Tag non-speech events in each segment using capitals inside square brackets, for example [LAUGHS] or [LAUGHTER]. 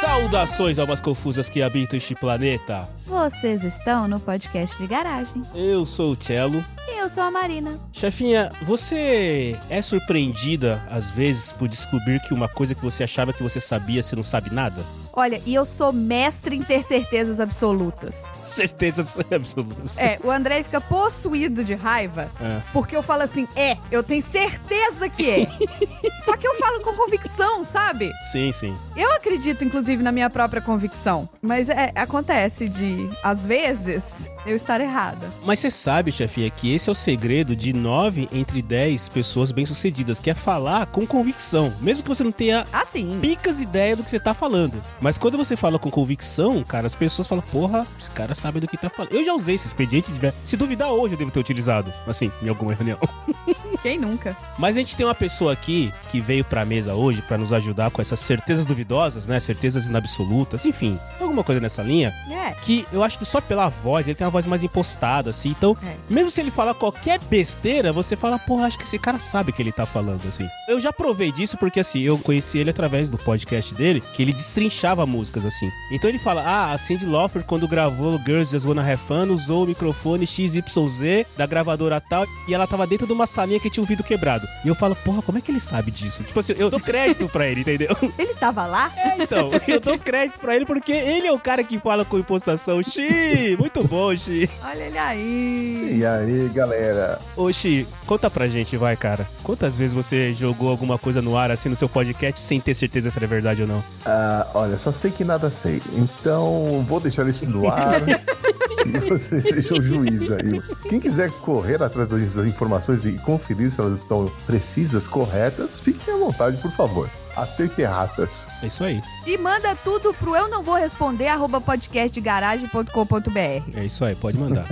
Saudações, almas confusas que habitam este planeta. Vocês estão no podcast de garagem. Eu sou o Cello. E eu sou a Marina. Chefinha, você é surpreendida às vezes por descobrir que uma coisa que você achava que você sabia, você não sabe nada? [LAUGHS] Olha, e eu sou mestre em ter certezas absolutas. Certezas absolutas. É, o André fica possuído de raiva É. porque eu falo assim, é, eu tenho certeza que é. Só que eu falo com convicção, sabe? Sim, sim. Eu acredito, inclusive, na minha própria convicção. Mas é, acontece de, às vezes, eu estar errada. Mas você sabe, chefinha, que esse é o segredo de 9 entre 10 pessoas bem-sucedidas, que é falar com convicção, mesmo que você não tenha Assim. picas ideia do que você tá falando. Mas quando você fala com convicção, cara, as pessoas falam, porra, esse cara sabe do que tá falando. Eu já usei esse expediente, de- se duvidar hoje eu devo ter utilizado, assim, em alguma reunião. [LAUGHS] Quem nunca? Mas a gente tem uma pessoa aqui que veio pra mesa hoje pra nos ajudar com essas certezas duvidosas, né, certezas inabsolutas, enfim, alguma coisa nessa linha, É. que eu acho que só pela voz, ele tem uma voz mais impostada, assim, então É. mesmo se ele falar qualquer besteira, você fala, porra, acho que esse cara sabe o que ele tá falando, assim. Eu já provei disso porque, assim, eu conheci ele através do podcast dele, que ele destrinchava músicas, assim. Então ele fala, ah, a Cindy Lauper, quando gravou Girls Just Wanna Have Fun, usou o microfone XYZ da gravadora tal, e ela tava dentro de uma salinha que tinha o vidro quebrado. E eu falo, porra, como é que ele sabe disso? Tipo assim, eu dou crédito pra ele, entendeu? [LAUGHS] Ele tava lá? É, então, eu dou crédito pra ele porque ele é o cara que fala com impostação. Xi, muito bom, Xi. Olha ele aí. E aí, galera? Oxi, conta pra gente, vai, cara. Quantas vezes você jogou alguma coisa no ar, assim, no seu podcast, sem ter certeza se era verdade ou não? Ah, olha, só sei que nada sei. Então, vou deixar isso no ar. e vocês sejam juiz aí. Quem quiser correr atrás das informações e conferir se elas estão precisas, corretas, fiquem à vontade, por favor. Acerta erratas. É isso aí, E manda tudo pro eu não vou responder, arroba podcastgaragem.com.br. é isso aí, pode mandar. [LAUGHS]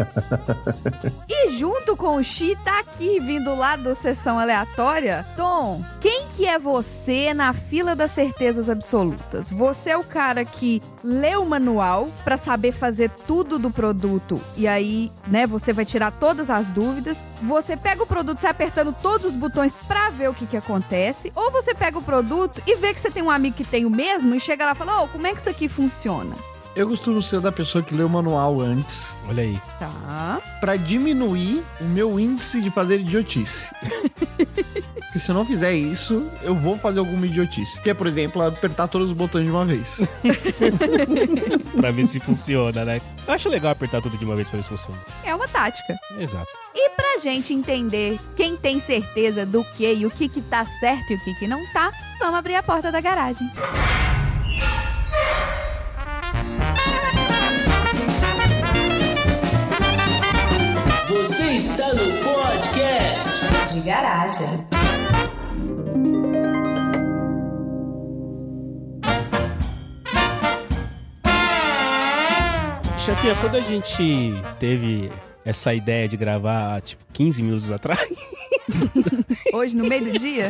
E junto com o Xi, tá aqui vindo lá do Sessão Aleatória. Tom, quem que é você na fila das certezas absolutas? Você é o cara que lê o manual pra saber fazer tudo do produto e aí, né, você vai tirar todas as dúvidas. Você pega o produto, sai apertando todos os botões pra ver o que que acontece. Ou você pega o produto e vê que você tem um amigo que tem o mesmo e chega lá e fala, ô, como é que isso aqui funciona? Eu costumo ser da pessoa que lê o manual antes Olha aí. Tá. pra diminuir o meu índice de fazer [LAUGHS] idiotice. Porque se eu não fizer isso, eu vou fazer alguma idiotice. Que é, por exemplo, apertar todos os botões de uma vez. Pra ver se funciona, né? Eu acho legal apertar tudo de uma vez pra ver se funciona. É uma tática. Exato. Pra gente entender quem tem certeza do que e o que que tá certo e o que que não tá, vamos abrir a porta da garagem. Você está no podcast de garagem. Chefinha, quando a gente teve essa ideia de gravar, tipo, 15 minutos atrás, Hoje, no meio do dia,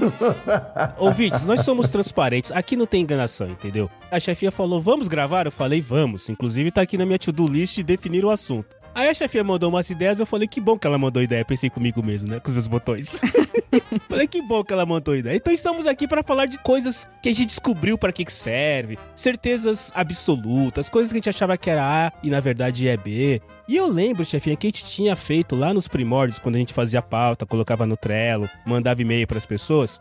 Ouvintes, nós somos transparentes. Aqui não tem enganação, entendeu? A chefinha falou, vamos gravar? Eu falei, vamos. Inclusive, tá aqui na minha to-do list de definir o assunto. Aí a chefinha mandou umas ideias, eu falei, que bom que ela mandou ideia. Pensei comigo mesmo, né? Com os meus botões. falei, que bom que ela mandou ideia. Então estamos aqui pra falar de coisas que a gente descobriu pra que que serve, certezas absolutas, coisas que a gente achava que era A e na verdade é B. E eu lembro, chefinha, que a gente tinha feito lá nos primórdios, quando a gente fazia pauta, colocava no Trello, mandava e-mail pras pessoas,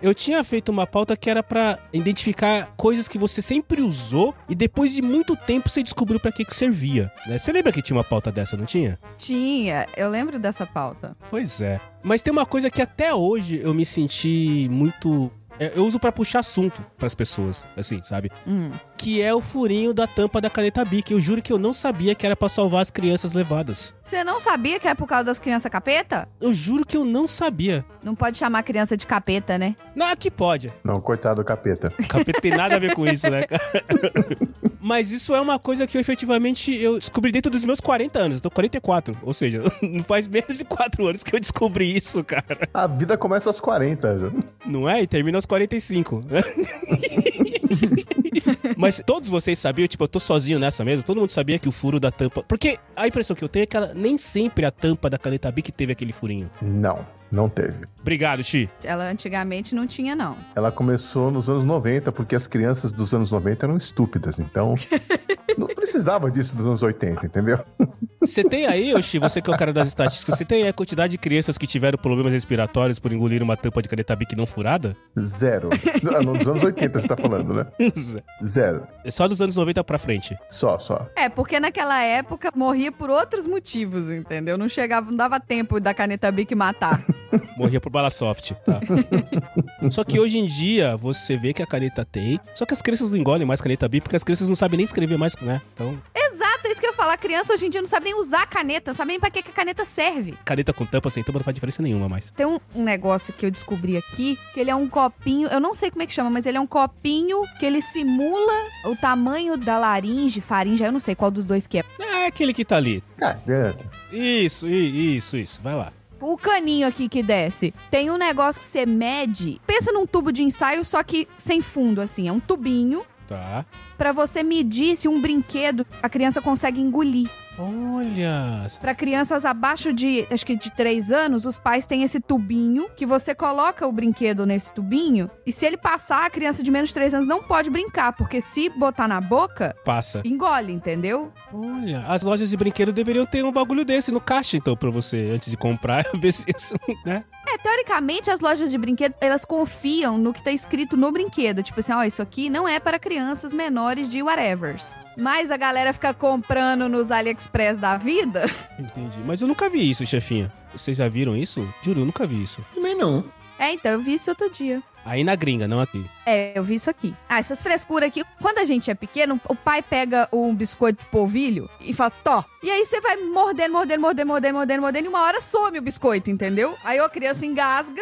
eu tinha feito uma pauta que era pra identificar coisas que você sempre usou e depois de muito tempo você descobriu pra que que servia. né? Você lembra que tinha uma pauta dessa, não tinha? tinha. Eu lembro dessa pauta. Pois é. Mas tem uma coisa que até hoje eu me senti muito é, eu uso pra puxar assunto pras pessoas, assim, sabe? Hum. Que é o furinho da tampa da caneta Bic. Eu juro que eu não sabia que era pra salvar as crianças levadas. Você não sabia que é por causa das crianças capeta? Eu juro que eu não sabia. Não pode chamar criança de capeta, né? Ah, que pode. Não, coitado do capeta. Capeta tem nada a ver com isso, né, cara? Mas isso é uma coisa que eu efetivamente eu descobri dentro dos meus 40 anos. Eu tô 44, ou seja, [LAUGHS] não faz menos de 4 anos que eu descobri isso, cara. A vida começa aos 40. já. Não é? E termina aos 45. né? [LAUGHS] Mas todos vocês sabiam, tipo, eu tô sozinho nessa mesmo, todo mundo sabia que o furo da tampa. Porque a impressão que eu tenho é que ela, nem sempre a tampa da caneta Bic teve aquele furinho. Não, não teve. Obrigado, Chi. Ela antigamente não tinha, não. Ela começou nos anos 90, porque as crianças dos anos 90 eram estúpidas, então. não precisava disso dos anos 80, entendeu? Você tem aí, Oxi, você que é o cara das estatísticas, você tem aí a quantidade de crianças que tiveram problemas respiratórios por engolir uma tampa de caneta Bic não furada? Zero. Ah, Não, não, dos anos 80 você tá falando, né? Zero. É Só dos anos 90 pra frente. Só, só. É, porque naquela época morria por outros motivos, entendeu? Não chegava, não dava tempo da caneta Bic matar. Morria por bala soft. tá? só que hoje em dia, você vê que a caneta tem, só que as crianças não engolem mais caneta Bic porque as crianças não sabem nem escrever mais, né? Então, Exato, é isso que eu ia falar. Criança hoje em dia não sabe nem usar a caneta, não sabe nem pra que, que a caneta serve. caneta com tampa sem tampa não faz diferença nenhuma mais. Tem um um negócio que eu descobri aqui, que ele é um copinho, eu não sei como é que chama, mas ele é um copinho que ele simula o tamanho da laringe, faringe, eu não sei qual dos dois que é. É aquele que tá ali. Garganta. Isso, i- isso, isso. Vai lá. O caninho aqui que desce. Tem um negócio que você mede. Pensa num tubo de ensaio, só que sem fundo, assim. É um tubinho Tá. pra você medir se um brinquedo a criança consegue engolir. Olha. Pra crianças abaixo de, acho que de 3 anos, os pais têm esse tubinho que você coloca o brinquedo nesse tubinho e se ele passar, a criança de menos de 3 anos não pode brincar, porque se botar na boca, Passa. engole, entendeu? Olha, as lojas de brinquedo deveriam ter um bagulho desse no caixa, então, pra você, antes de comprar, [LAUGHS] ver se isso, né? É, teoricamente, as lojas de brinquedo, elas confiam no que tá escrito no brinquedo. Tipo assim, ó, isso aqui não é para crianças menores de whatevers. Mas a galera fica comprando nos AliExpress da vida. [LAUGHS] Entendi. Mas eu nunca vi isso, chefinha. Vocês já viram isso? Juro, eu nunca vi isso. Também não. É, então, eu vi isso outro dia. Aí na gringa, não aqui. É, eu vi isso aqui. Ah, essas frescuras aqui. Quando a gente é pequeno, o pai pega um biscoito de polvilho e fala, tó. E aí você vai mordendo, mordendo, mordendo, mordendo, mordendo, mordendo, e uma hora some o biscoito, entendeu? Aí ou a criança [LAUGHS] engasga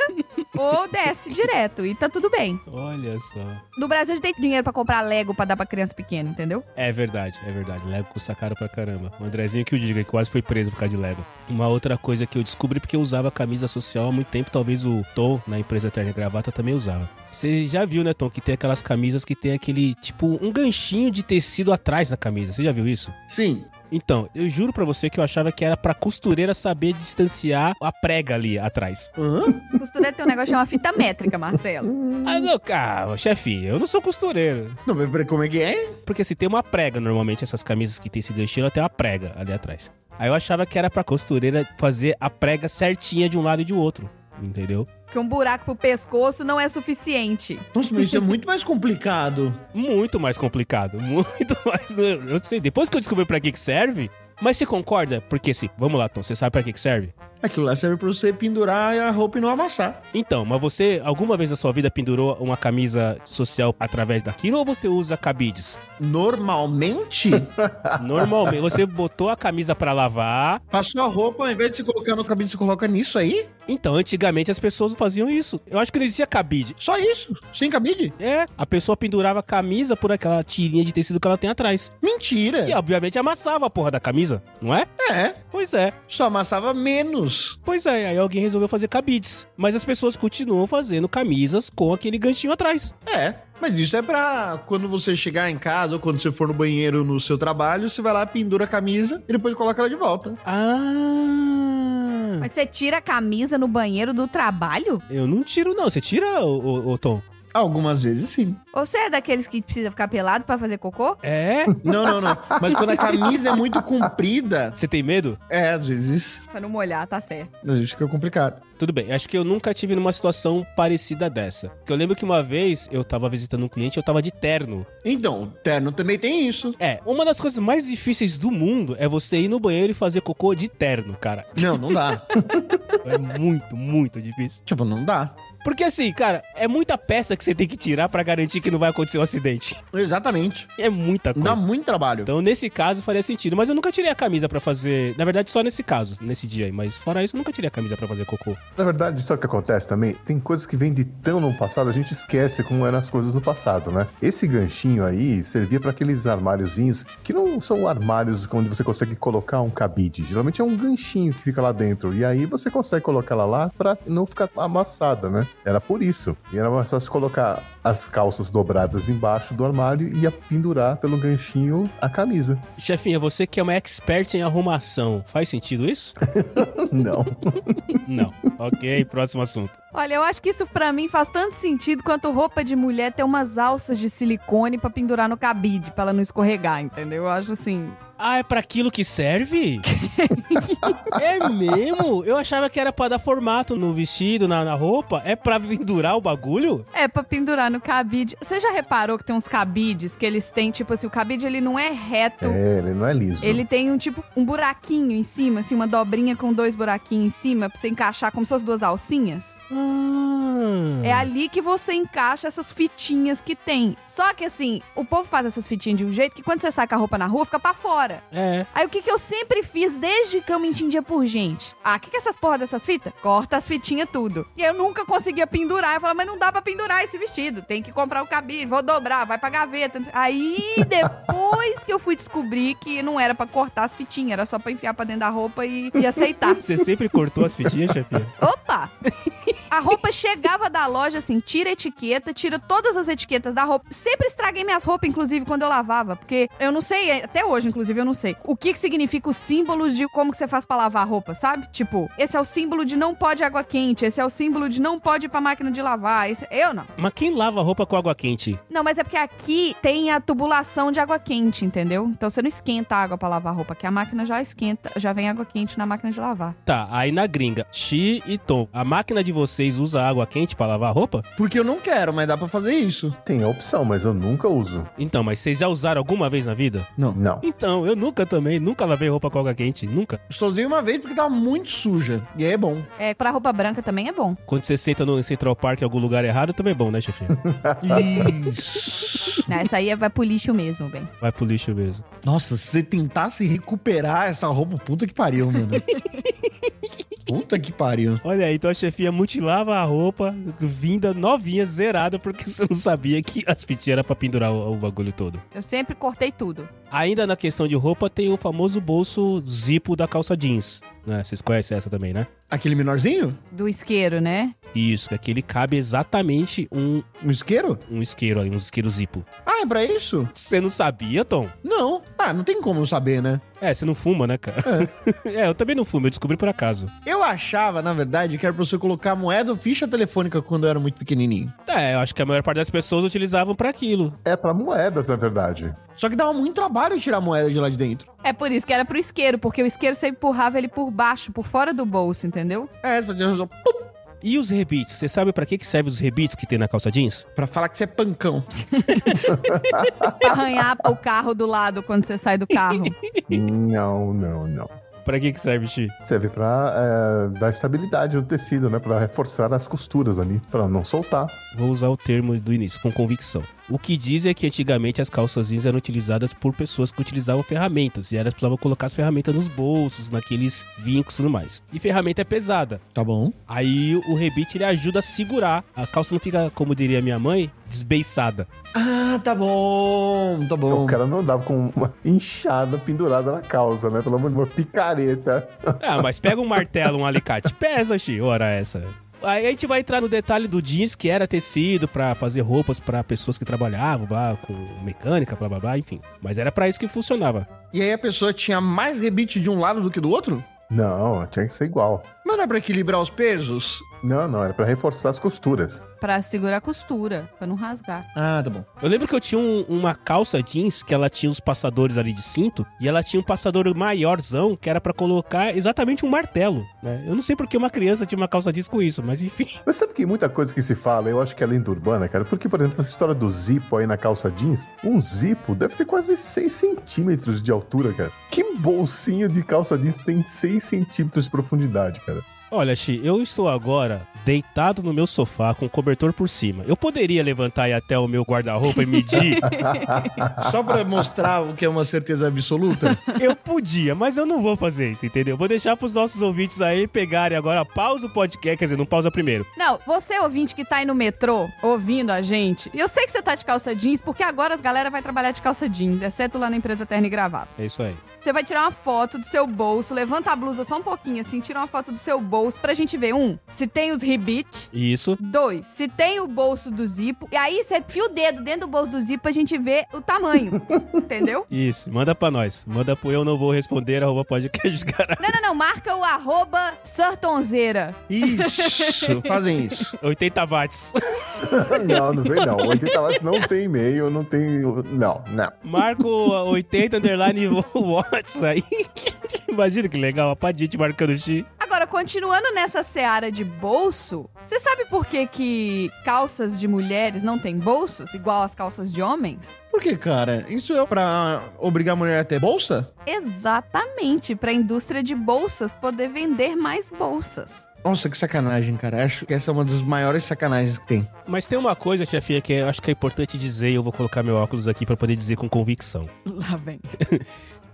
ou desce direto. E tá tudo bem. Olha só. No Brasil a gente tem dinheiro pra comprar Lego pra dar pra criança pequena, entendeu? É verdade, é verdade. Lego custa caro pra caramba. O Andrezinho que o diga, que quase foi preso por causa de Lego. Uma outra coisa que eu descobri, porque eu usava camisa social há muito tempo, talvez o Tom, na empresa Terna e Gravata, também usava. Você já viu, né, Tom, que tem aquelas camisas que tem aquele, tipo, um ganchinho de tecido atrás da camisa. Você já viu isso? Sim. Então, eu juro pra você que eu achava que era pra costureira saber distanciar a prega ali atrás. Hã? Costureira tem um negócio chamado fita métrica, Marcelo. Ah, não, cara, chefe, eu não sou costureiro. Não, mas peraí, como é que é? Porque se tem uma prega, normalmente essas camisas que tem esse ganchinho, ela tem uma prega ali atrás. Aí eu achava que era pra costureira fazer a prega certinha de um lado e de outro. Entendeu? Que um buraco pro pescoço não é suficiente. Nossa, mas isso é muito mais complicado. Muito mais complicado. [LAUGHS] Muito mais. Eu sei. Depois que eu descobri pra que, que serve. Mas você concorda? Porque se. Vamos lá, Tom, você sabe pra que, que serve? Aquilo lá serve pra você pendurar a roupa e não amassar. Então, mas você alguma vez na sua vida pendurou uma camisa social através daquilo ou você usa cabides? [LAUGHS] Normalmente, Normalmente, você botou a camisa pra lavar. passou a roupa, ao invés de se colocar no cabide, você coloca nisso aí? Então, antigamente as pessoas faziam isso. Eu acho que não existia cabide. Só isso? Sem cabide? É, a pessoa pendurava a camisa por aquela tirinha de tecido que ela tem atrás. Mentira. E obviamente amassava a porra da camisa, não é? É, Pois é, só amassava menos. pois é. Aí alguém resolveu fazer cabides. Mas as pessoas continuam fazendo camisas com aquele ganchinho atrás. É, mas isso é pra quando você chegar em casa ou quando você for no banheiro no seu trabalho, você vai lá, pendura a camisa e depois coloca ela de volta. Ah. Mas você tira a camisa no banheiro do trabalho? Eu não tiro, não. Você tira, ô, ô, ô Tom? Algumas vezes sim. Ou você é daqueles que precisa ficar pelado pra fazer cocô? É? Não, não, [LAUGHS] não. Mas quando a camisa é muito comprida, Você tem medo? é, às vezes, Pra não molhar, tá certo. às vezes fica complicado. Tudo bem, acho que eu nunca tive numa situação parecida dessa. Porque eu lembro que uma vez eu tava visitando um cliente e eu tava de terno. Então, terno também tem isso. É, uma das coisas mais difíceis do mundo é você ir no banheiro e fazer cocô de terno, cara. Não, não dá. É muito, [LAUGHS] muito difícil. [LAUGHS] tipo, não dá. Porque assim, cara, é muita peça que você tem que tirar pra garantir que não vai acontecer um acidente. [LAUGHS] Exatamente. É muita Dá coisa. muito trabalho. Então, nesse caso, faria sentido. Mas eu nunca tirei a camisa pra fazer. Na verdade, só nesse caso, nesse dia aí. Mas fora isso, eu nunca tirei a camisa pra fazer cocô. Na verdade, sabe o que acontece também? Tem coisas que vêm de tão no passado, a gente esquece como eram as coisas no passado, né? Esse ganchinho aí servia para aqueles armáriozinhos que não são armários onde você consegue colocar um cabide. Geralmente é um ganchinho que fica lá dentro. E aí você consegue colocar ela lá para não ficar amassada, né? Era por isso. E era mais fácil colocar as calças dobradas embaixo do armário e a pendurar pelo ganchinho a camisa. [LAUGHS] Chefinha, você que é uma expert em arrumação, faz sentido isso? não. não. Ok, próximo assunto. Olha, eu acho que isso pra mim faz tanto sentido quanto roupa de mulher ter umas alças de silicone pra pendurar no cabide, pra ela não escorregar, entendeu? Eu acho assim. Ah, é pra aquilo que [LAUGHS] serve? é mesmo? Eu achava que era pra dar formato no vestido, na, na roupa. É pra pendurar o bagulho? É pra pendurar no cabide. Você já reparou que tem uns cabides que eles têm, tipo assim, o cabide ele não é reto. É, ele não é liso. Ele tem um tipo um buraquinho em cima, assim, uma dobrinha com dois buraquinhos em cima pra você encaixar como se fossem duas alcinhas. Ah. É ali que você encaixa essas fitinhas que tem. Só que assim, o povo faz essas fitinhas de um jeito que quando você sai com a roupa na rua, fica pra fora. É. Aí o que, que eu sempre fiz desde que eu me entendia por gente? Ah, o que, que é essas porra dessas fitas? Corta as fitinhas tudo. E aí eu nunca conseguia pendurar. Eu falava, mas não dá pra pendurar esse vestido. Tem que comprar o cabide, vou dobrar, vai pra gaveta. não sei- Aí depois que eu fui descobrir que não era pra cortar as fitinhas, era só pra enfiar pra dentro da roupa e, e aceitar. Você sempre cortou as fitinhas, chefinha? Opa! A roupa chegava da loja assim, tira a etiqueta, tira todas as etiquetas da roupa. Sempre estraguei minhas roupas, inclusive, quando eu lavava, porque eu não sei, até hoje, inclusive, eu não sei o que, que significa os símbolos de como que você faz pra lavar a roupa, sabe? Tipo, esse é o símbolo de não pode água quente, esse é o símbolo de não pode ir pra máquina de lavar. Esse... Eu não. Mas quem lava a roupa com água quente? Não, mas é porque aqui tem a tubulação de água quente, entendeu? Então você não esquenta a água pra lavar a roupa, que a máquina já esquenta, já vem água quente na máquina de lavar. Tá, aí na gringa, Xi e Tom, a máquina de vocês usa água quente pra lavar a roupa? Porque eu não quero, mas dá pra fazer isso. Tem a opção, mas eu nunca uso. Então, mas vocês já usaram alguma vez na vida? Não. Então, eu nunca também, nunca lavei roupa com água quente, nunca. Só usei uma vez porque tava muito suja. E aí é bom. É, pra roupa branca também é bom. Quando você senta no Central Park em algum lugar errado, também é bom, né, chefinha? Isso. Não, essa aí é- vai pro lixo mesmo, bem. Vai pro lixo mesmo. Nossa, se você tentasse recuperar essa roupa, puta que pariu, mano. Puta que pariu. Olha aí, então a chefinha mutilava a roupa, vinda novinha, zerada, porque [LAUGHS] você não sabia que as fitinhas eram pra pendurar o, o bagulho todo. Eu sempre cortei tudo. Ainda na questão de roupa, tem o famoso bolso zipo da calça jeans. Né? Vocês conhecem essa também, né? Aquele menorzinho? Do isqueiro, né? Isso, que aqui ele cabe exatamente um, Um isqueiro? um isqueiro ali, um isqueiro zipo. Ah, é pra isso? Você não sabia, Tom? Não. Ah, não tem como eu saber, né? É, você não fuma, né, cara? [LAUGHS] é, eu também não fumo, eu descobri por acaso. Eu achava, na verdade, que era pra você colocar moeda ou ficha telefônica quando eu era muito pequenininho. É, eu acho que a maior parte das pessoas utilizavam pra aquilo. É pra moedas, na verdade. Só que dava muito trabalho tirar a moeda de lá de dentro. É por isso que era pro isqueiro, porque o isqueiro você empurrava ele por baixo, por fora do bolso, entendeu? É, você fazia só pum, E os rebites? Você sabe pra que que serve os rebites que tem na calça jeans? pra falar que você é pancão. Pra arranhar o carro do lado quando você sai do [LAUGHS] carro. não, não, não. Pra que que serve, Chi? Serve pra é, dar estabilidade no tecido, né? Pra reforçar as costuras ali, pra não soltar. Vou usar o termo do início, com convicção. O que diz é que antigamente as calças jeans eram utilizadas por pessoas que utilizavam ferramentas, e elas precisavam colocar as ferramentas nos bolsos, naqueles vincos e tudo mais. E ferramenta é pesada. Tá bom. Aí o rebite ele ajuda a segurar. A calça não fica, como diria minha mãe, [LAUGHS] desbeiçada. Ah, tá bom, tá bom. O cara não andava com uma [LAUGHS] enxada pendurada na calça, né? Pelo amor de uma picareta. [LAUGHS] Ah, mas pega um martelo, um alicate. Pesa, Xi, ora essa. Aí a gente vai entrar no detalhe do jeans, que era tecido pra fazer roupas pra pessoas que trabalhavam, blá, com mecânica, blá blá blá, enfim. Mas era pra isso que funcionava. E aí a pessoa tinha mais rebite de um lado do que do outro? Não, tinha que ser igual. Mas não é pra equilibrar os pesos? Não, não, era pra reforçar as costuras. pra segurar a costura, pra não rasgar. Ah, tá bom. Eu lembro que eu tinha um- uma calça jeans que ela tinha os passadores ali de cinto e ela tinha um passador maiorzão que era pra colocar exatamente um martelo, né? Eu não sei porque uma criança tinha uma calça jeans com isso, mas enfim. [LAUGHS] Mas sabe que muita coisa que se fala, eu acho que é lenda urbana, cara. Porque, por exemplo, essa história do zipo aí na calça jeans, um zipo deve ter quase 6 centímetros de altura, cara. [LAUGHS] Que bolsinho de calça jeans tem 6 centímetros de profundidade, cara? Olha, Xi, eu estou agora deitado no meu sofá com o cobertor por cima. Eu poderia levantar e ir até o meu guarda-roupa e medir? Só pra mostrar o que é uma certeza absoluta, eu podia, mas eu não vou fazer isso, entendeu? Vou deixar pros nossos ouvintes aí pegarem agora. Pausa o podcast, quer dizer, não pausa primeiro. Não, você ouvinte que tá aí no metrô, ouvindo a gente, eu sei que você tá de calça jeans, porque agora as galera vai trabalhar de calça jeans, exceto lá na empresa Terno e Gravata. É isso aí. Você vai tirar uma foto do seu bolso, levanta a blusa só um pouquinho assim, tira uma foto do seu bolso pra gente ver, um, se tem os rebite, Isso. dois, se tem o bolso do zipo, e aí você enfia o dedo dentro do bolso do zipo pra gente ver o [LAUGHS] tamanho, entendeu? Isso, manda pra nós. Manda pro eu não vou responder, arroba podcast, [LAUGHS] cara. Não, não, não, marca o arroba Sertonzeira. isso, fazem isso. 80 watts. Não, não vem não. 80 watts não tem e-mail, não tem. Não, não. Marco 80 underline [LAUGHS] watts aí. Imagina que legal, a Padite marcando X. Agora, continuando nessa seara de bolso, você sabe por que, que calças de mulheres não têm bolsos, igual as calças de homens? Por que, cara? Isso é pra obrigar a mulher a ter bolsa? Exatamente, para a indústria de bolsas poder vender mais bolsas. Nossa, que sacanagem, cara. Acho que essa é uma das maiores sacanagens que tem. Mas tem uma coisa, chefinha, que eu acho que é importante dizer, e eu vou colocar meu óculos aqui pra poder dizer com convicção. Lá vem.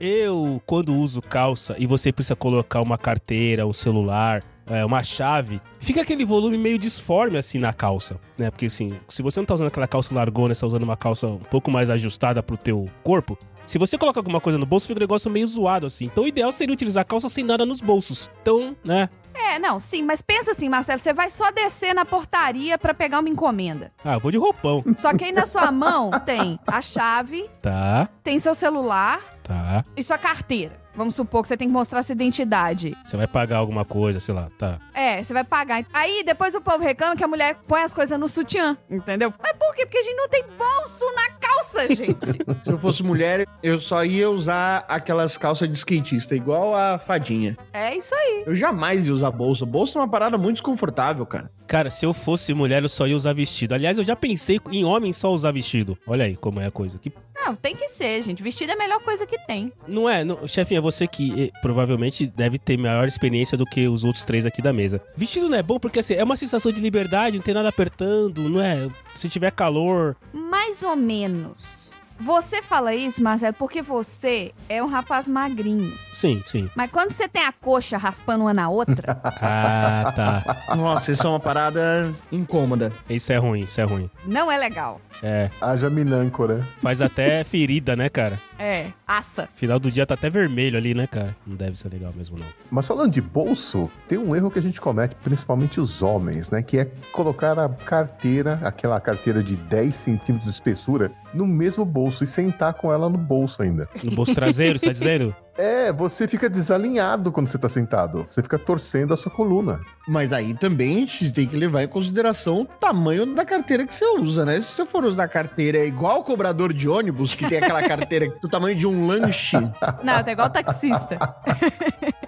Eu, quando uso calça e você precisa colocar uma carteira, um celular, é, uma chave, fica aquele volume meio disforme assim na calça, né? Porque assim, se você não tá usando aquela calça largona, você tá usando uma calça um pouco mais ajustada pro teu corpo, se você coloca alguma coisa no bolso, fica um negócio meio zoado assim. Então o ideal seria utilizar calça sem nada nos bolsos. Então, né? É, não, sim, mas pensa assim, Marcelo, você vai só descer na portaria para pegar uma encomenda. Ah, eu vou de roupão. Só que aí na sua mão tem a chave, Tá, tem seu celular tá. e sua carteira. Vamos supor que você tem que mostrar sua identidade. Você vai pagar alguma coisa, sei lá, tá. É, você vai pagar. Aí depois o povo reclama que a mulher põe as coisas no sutiã, entendeu? Mas por quê? Porque a gente não tem bolso na calça, gente. Se eu fosse mulher, eu só ia usar aquelas calças de skatista, igual a fadinha. [LAUGHS] é isso aí. Eu jamais ia usar bolsa. Bolsa é uma parada muito desconfortável, cara. Cara, se eu fosse mulher, eu só ia usar vestido. Aliás, eu já pensei em homem só usar vestido. Olha aí como é a coisa. Que Não, tem que ser, gente. Vestido é a melhor coisa que tem. Não é, não, chefinha, você que eh, provavelmente deve ter maior experiência do que os outros três aqui da mesa. Vestido não é bom porque assim, é uma sensação de liberdade, não tem nada apertando, não é? Se tiver calor. Mais ou menos. Você fala isso, Marcelo, porque você é um rapaz magrinho. Sim, [LAUGHS] sim. Mas quando você tem a coxa raspando uma na [LAUGHS] outra, Ah, tá. Nossa, isso é uma parada incômoda. Isso é ruim, isso é ruim. não é legal. É, Haja minâncora. faz até ferida, né, cara? É, aça. Final do dia tá até vermelho ali, né, cara? Não deve ser legal mesmo, não. Mas falando de bolso, tem um erro que a gente comete, principalmente os homens, né? Que é colocar a carteira, aquela carteira de 10 centímetros de espessura, no mesmo bolso e sentar com ela no bolso ainda. No bolso traseiro, você tá dizendo? É, você fica desalinhado quando você tá sentado. Você fica torcendo a sua coluna. Mas aí também a gente tem que levar em consideração o tamanho da carteira que você usa, né? Se você for usar a carteira igual o cobrador de ônibus, que tem aquela carteira [LAUGHS] do tamanho de um lanche, Não, tá igual taxista.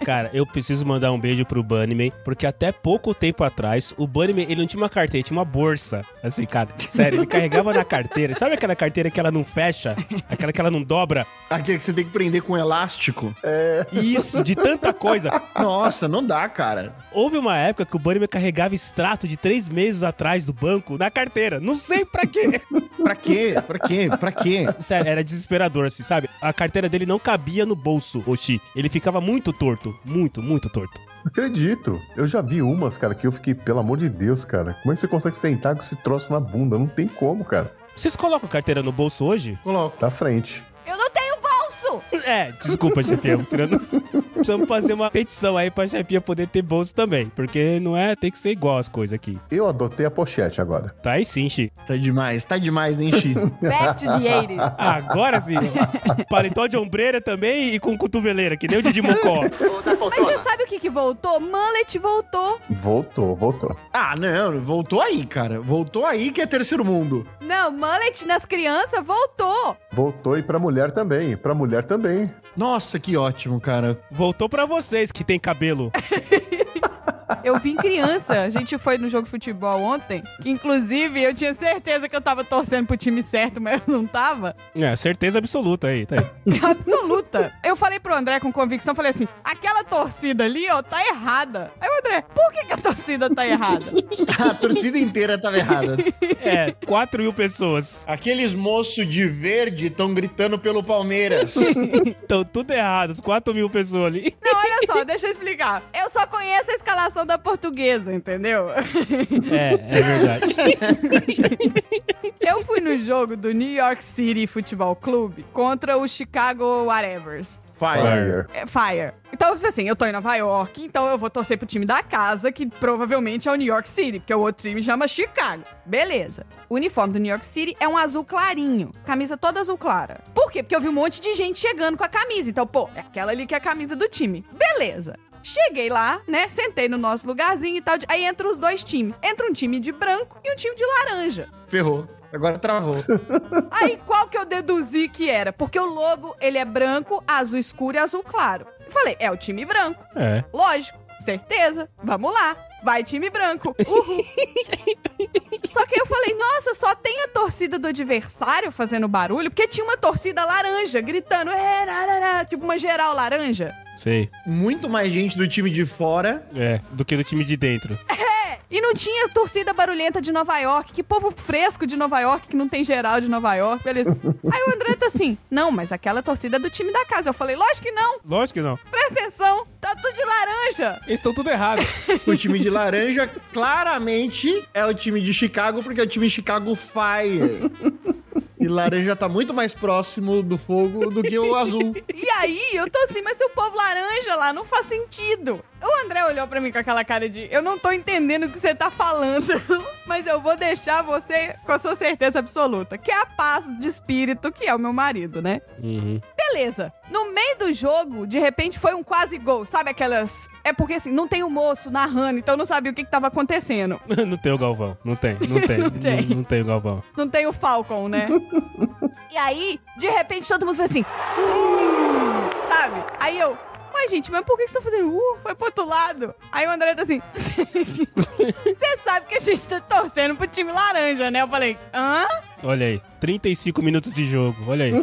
Cara, eu preciso mandar um beijo pro Bunnyman, porque até pouco tempo atrás, o Bunnyman, ele não tinha uma carteira, ele tinha uma bolsa. Assim, cara, sério, ele carregava na carteira. Sabe aquela carteira que ela não fecha? Aquela que ela não dobra? aquele que você tem que prender com elástico. Isso, de tanta coisa. Nossa, não dá, cara. Houve uma época que o Bunnyman carregava extrato de três meses atrás do banco na carteira. Não sei pra quê. Pra quê? Pra quê? Pra quê? Sério, era desesperador, assim, sabe? A carteira dele não cabia no bolso, Oxi. Ele ficava muito torto. Muito, muito torto. Acredito. Eu já vi umas, cara, que eu fiquei, pelo amor de Deus, cara. Como é que você consegue sentar com esse troço na bunda? Não tem como, cara. Vocês colocam carteira no bolso hoje? Coloco. Da frente. Eu não tenho bolso! É, desculpa, chefia, eu tirando. Precisamos fazer uma petição aí pra chefia poder ter bolso também. Porque não é, tem que ser igual as coisas aqui. Eu adotei a pochete agora. Tá aí sim, Xi. Tá demais, tá demais, hein, Chi? Back to the 80 Agora sim. Paletó de ombreira também e com cotoveleira, que nem o Didi Mocó. Mas você sabe o que, que voltou? Mullet voltou. Voltou, voltou. Ah, não, voltou aí, cara. Voltou aí que é terceiro mundo. Não, mullet nas crianças voltou. Voltou e pra mulher também. Pra mulher também. Nossa, que ótimo, cara. [LAUGHS] Voltou pra vocês que tem cabelo. Eu vim criança. A gente foi no jogo de futebol ontem. Inclusive, eu tinha certeza que eu tava torcendo pro time certo, mas eu não tava. É, certeza absoluta aí, tá aí. Absoluta. Eu falei pro André com convicção, falei assim, aquela torcida ali, ó, tá errada. Aí o André, por que, que a torcida tá errada? A torcida inteira tava errada. É, 4 mil pessoas. Aqueles moços de verde estão gritando pelo Palmeiras. Então, tudo errado, os 4 mil pessoas ali. Não, olha só, deixa eu explicar. Eu só conheço a escalação da portuguesa, entendeu? [LAUGHS] É, é verdade. Eu fui no jogo do New York City Futebol Clube contra o Chicago Whatevers. Fire. É, Fire. Então, assim, eu tô em Nova York, então eu vou torcer pro time da casa, que provavelmente é o New York City, porque o outro time chama Chicago. Beleza. O uniforme do New York City é um azul clarinho. Camisa toda azul clara. Por quê? Porque eu vi um monte de gente chegando com a camisa. Então, pô, é aquela ali que é a camisa do time. Beleza. Cheguei lá, né? Sentei no nosso lugarzinho e tal. Aí entra os dois times. Entra um time de branco e um time de laranja. Ferrou. Agora travou. Aí qual que eu deduzi que era? Porque o logo, ele é branco, azul escuro e azul claro. Eu falei, é o time branco. É. Lógico, certeza. Vamos lá. Vai time branco. Uhul. só que aí eu falei, nossa, só tem a torcida do adversário fazendo barulho, porque tinha uma torcida laranja gritando, é, rarará", tipo uma geral laranja. Sei. Muito mais gente do time de fora. É, do que do time de dentro. E não tinha torcida barulhenta de Nova York, que povo fresco de Nova York, que não tem geral de Nova York, beleza. Aí o André tá assim, não, mas aquela torcida é do time da casa. Eu falei, lógico que não, Lógico que não. presta atenção, tá tudo de laranja. Eles estão tudo errado. O time de laranja claramente é o time de Chicago, porque é o time Chicago Fire. E laranja tá muito mais próximo do fogo do que o azul. E aí eu tô assim, mas se o povo laranja lá, não faz sentido. O André olhou pra mim com aquela cara de, eu não tô entendendo o que você tá falando, [LAUGHS] mas eu vou deixar você com a sua certeza absoluta, que é a paz de espírito, que é o meu marido, né? Uhum. Beleza. No meio do jogo, de repente foi um quase gol, sabe aquelas. É porque assim, não tem o moço narrando, então eu não sabia o que, que tava acontecendo. [LAUGHS] Não tem o Galvão. Não tem, não tem. [LAUGHS] Não tem. Não, não tem o Galvão. Não tem o Falcon, né? e aí, de repente, todo mundo foi assim. "Uh", sabe? Aí eu. Mas, gente, mas por que que você tá fazendo uh? Foi pro outro lado. Aí o André tá assim. [LAUGHS] Você sabe que a gente tá torcendo pro time laranja, né? Eu falei, hã? Olha aí. 35 minutos de jogo, olha [LAUGHS] aí.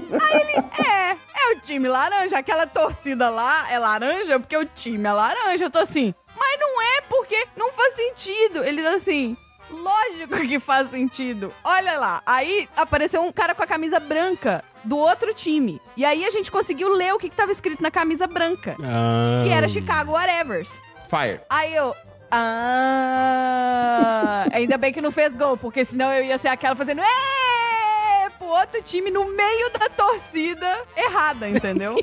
É, é o time laranja. Aquela torcida lá é laranja porque o time é laranja. Eu tô assim, mas não é porque não faz sentido. Ele tá assim. Lógico que faz sentido. Olha lá, aí apareceu um cara com a camisa branca do outro time. E aí a gente conseguiu ler o que, que tava escrito na camisa branca, Ah, que era Chicago Whatevers. Fire. Aí eu. Ah, ainda bem que não fez gol, porque senão eu ia ser aquela fazendo. "Ê!" pro outro time no meio da torcida errada, entendeu?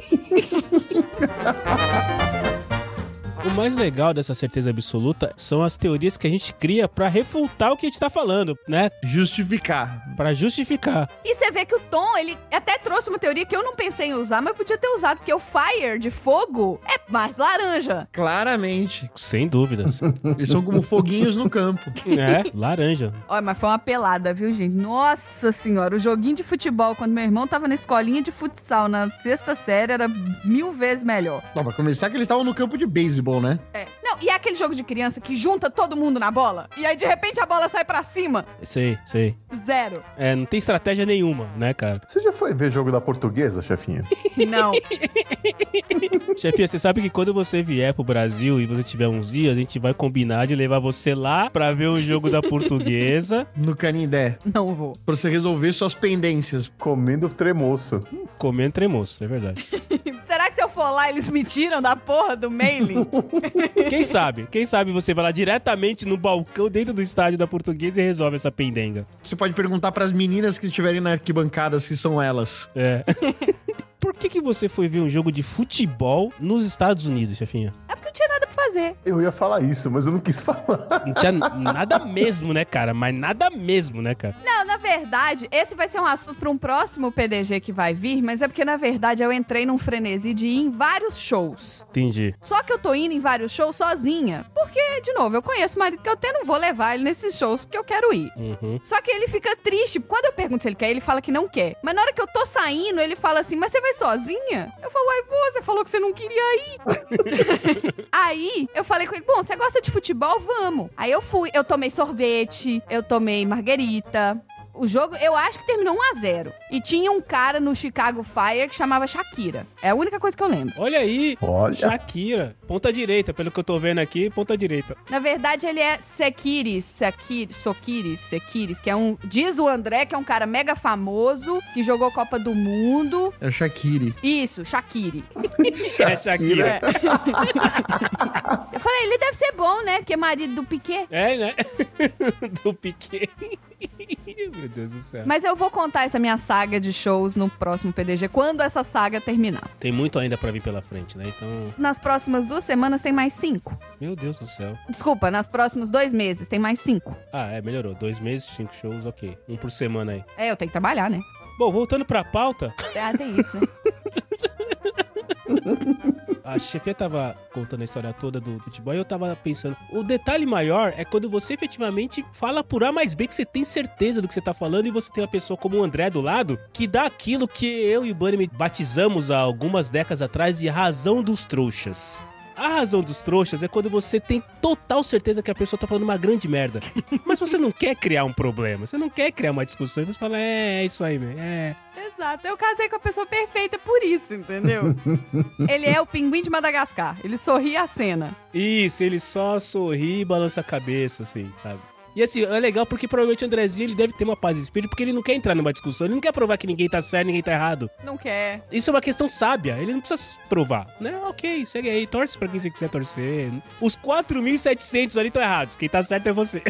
O mais legal dessa certeza absoluta são as teorias que a gente cria pra refutar o que a gente tá falando, né? Justificar. Pra justificar. [LAUGHS] E você vê que o Tom, ele até trouxe uma teoria que eu não pensei em usar, mas podia ter usado, porque o fire de fogo é mais laranja. Claramente. Sem [LAUGHS] dúvidas. Eles são como foguinhos no campo. é, laranja. Olha, mas foi uma pelada, viu, gente? Nossa senhora, o joguinho de futebol, quando meu irmão tava na escolinha de futsal na sexta série, era mil vezes melhor. Não, pra começar que eles estavam no campo de beisebol, né? É. Não, e é aquele jogo de criança que junta todo mundo na bola, e aí de repente a bola sai pra cima. Sei, sei. Zero. É, não tem estratégia nenhuma, né, cara? Você já foi ver jogo da portuguesa, chefinha? Não. Chefinha, você sabe que quando você vier pro Brasil e você tiver uns dias, a gente vai combinar de levar você lá pra ver o jogo [LAUGHS] da portuguesa, No Canindé. [LAUGHS] Não vou. Pra você resolver suas pendências. Comendo tremoço. comendo tremoço, é verdade. Será que se eu for lá, eles me tiram da porra do [LAUGHS] mailing? Quem sabe? Quem sabe você vai lá diretamente no balcão dentro do estádio da portuguesa e resolve essa pendenga. Você pode perguntar pras meninas que estiverem na arquibancada se são elas. É. [LAUGHS] Por que, que você foi ver um jogo de futebol nos Estados Unidos, chefinha? É porque não tinha nada pra fazer. Eu ia falar isso, mas eu não quis [LAUGHS] falar. Não tinha nada mesmo, né, cara? Mas nada mesmo, né, cara? Não, na verdade, esse vai ser um assunto para um próximo PDG que vai vir, mas é porque, na verdade, eu entrei num frenesi de ir em vários shows. Entendi. Só que eu tô indo em vários shows sozinha. Porque, de novo, eu conheço o marido que eu tenho, não vou levar ele nesses shows que eu quero ir. Uhum. Só que ele fica triste. Quando eu pergunto se ele quer, ele fala que não quer. Mas na hora que eu tô saindo, ele fala assim: Mas você vai sozinha? Eu falo, uai, vou, você falou que você não queria ir. Aí eu falei com ele: Bom, você gosta de futebol? Vamos. Aí eu fui, eu tomei sorvete, eu tomei marguerita. O jogo, eu acho que terminou 1x0. E tinha um cara no Chicago Fire que chamava Shakira. É a única coisa que eu lembro. Olha aí. Olha. Shakira, ponta direita, pelo que eu tô vendo aqui, ponta direita. Na verdade, ele é Sekiris, Sekiris, Sokiris, Sekiris, que é um. Diz o André, que é um cara mega famoso, que jogou Copa do Mundo. É o Shakiri. Isso, Shakiri. [LAUGHS] É Shakira. Eu falei, ele deve ser bom, né? Que é marido do Piquet. É, né? [LAUGHS] Do Piquet. [LAUGHS] Meu Deus do céu. Mas eu vou contar essa minha saga de shows no próximo PDG, quando essa saga terminar. Tem muito ainda pra vir pela frente, né? Então, Nas próximas duas semanas tem mais cinco. meu Deus do céu. Desculpa, nas próximos dois meses tem mais cinco. Ah, é, melhorou. Dois meses, cinco shows, ok. Um por semana aí. É, eu tenho que trabalhar, né? Bom, voltando pra pauta, Ah, tem isso, né? a chefia tava contando a história toda do futebol e eu tava pensando. O detalhe maior é quando você efetivamente fala por A mais B que você tem certeza do que você tá falando e você tem uma pessoa como o André do lado que dá aquilo que eu e o Bunny batizamos há algumas décadas atrás de razão dos trouxas. A razão dos trouxas é quando você tem total certeza que a pessoa tá falando uma grande merda. Mas você não quer criar um problema, você não quer criar uma discussão. e Você fala, é, é isso aí, mesmo, é. Exato, eu casei com a pessoa perfeita por isso, entendeu? ele é o pinguim de Madagascar, ele sorri a cena. Isso, ele só sorri e balança a cabeça, assim, sabe? E assim, é legal porque provavelmente o Andrezinho ele deve ter uma paz de espírito, porque ele não quer entrar numa discussão, ele não quer provar que ninguém tá certo, ninguém tá errado. Não quer. Isso é uma questão sábia, ele não precisa se provar, né? Ok, segue aí, torce pra quem você quiser torcer. Os 4.700 ali estão errados, quem tá certo é você.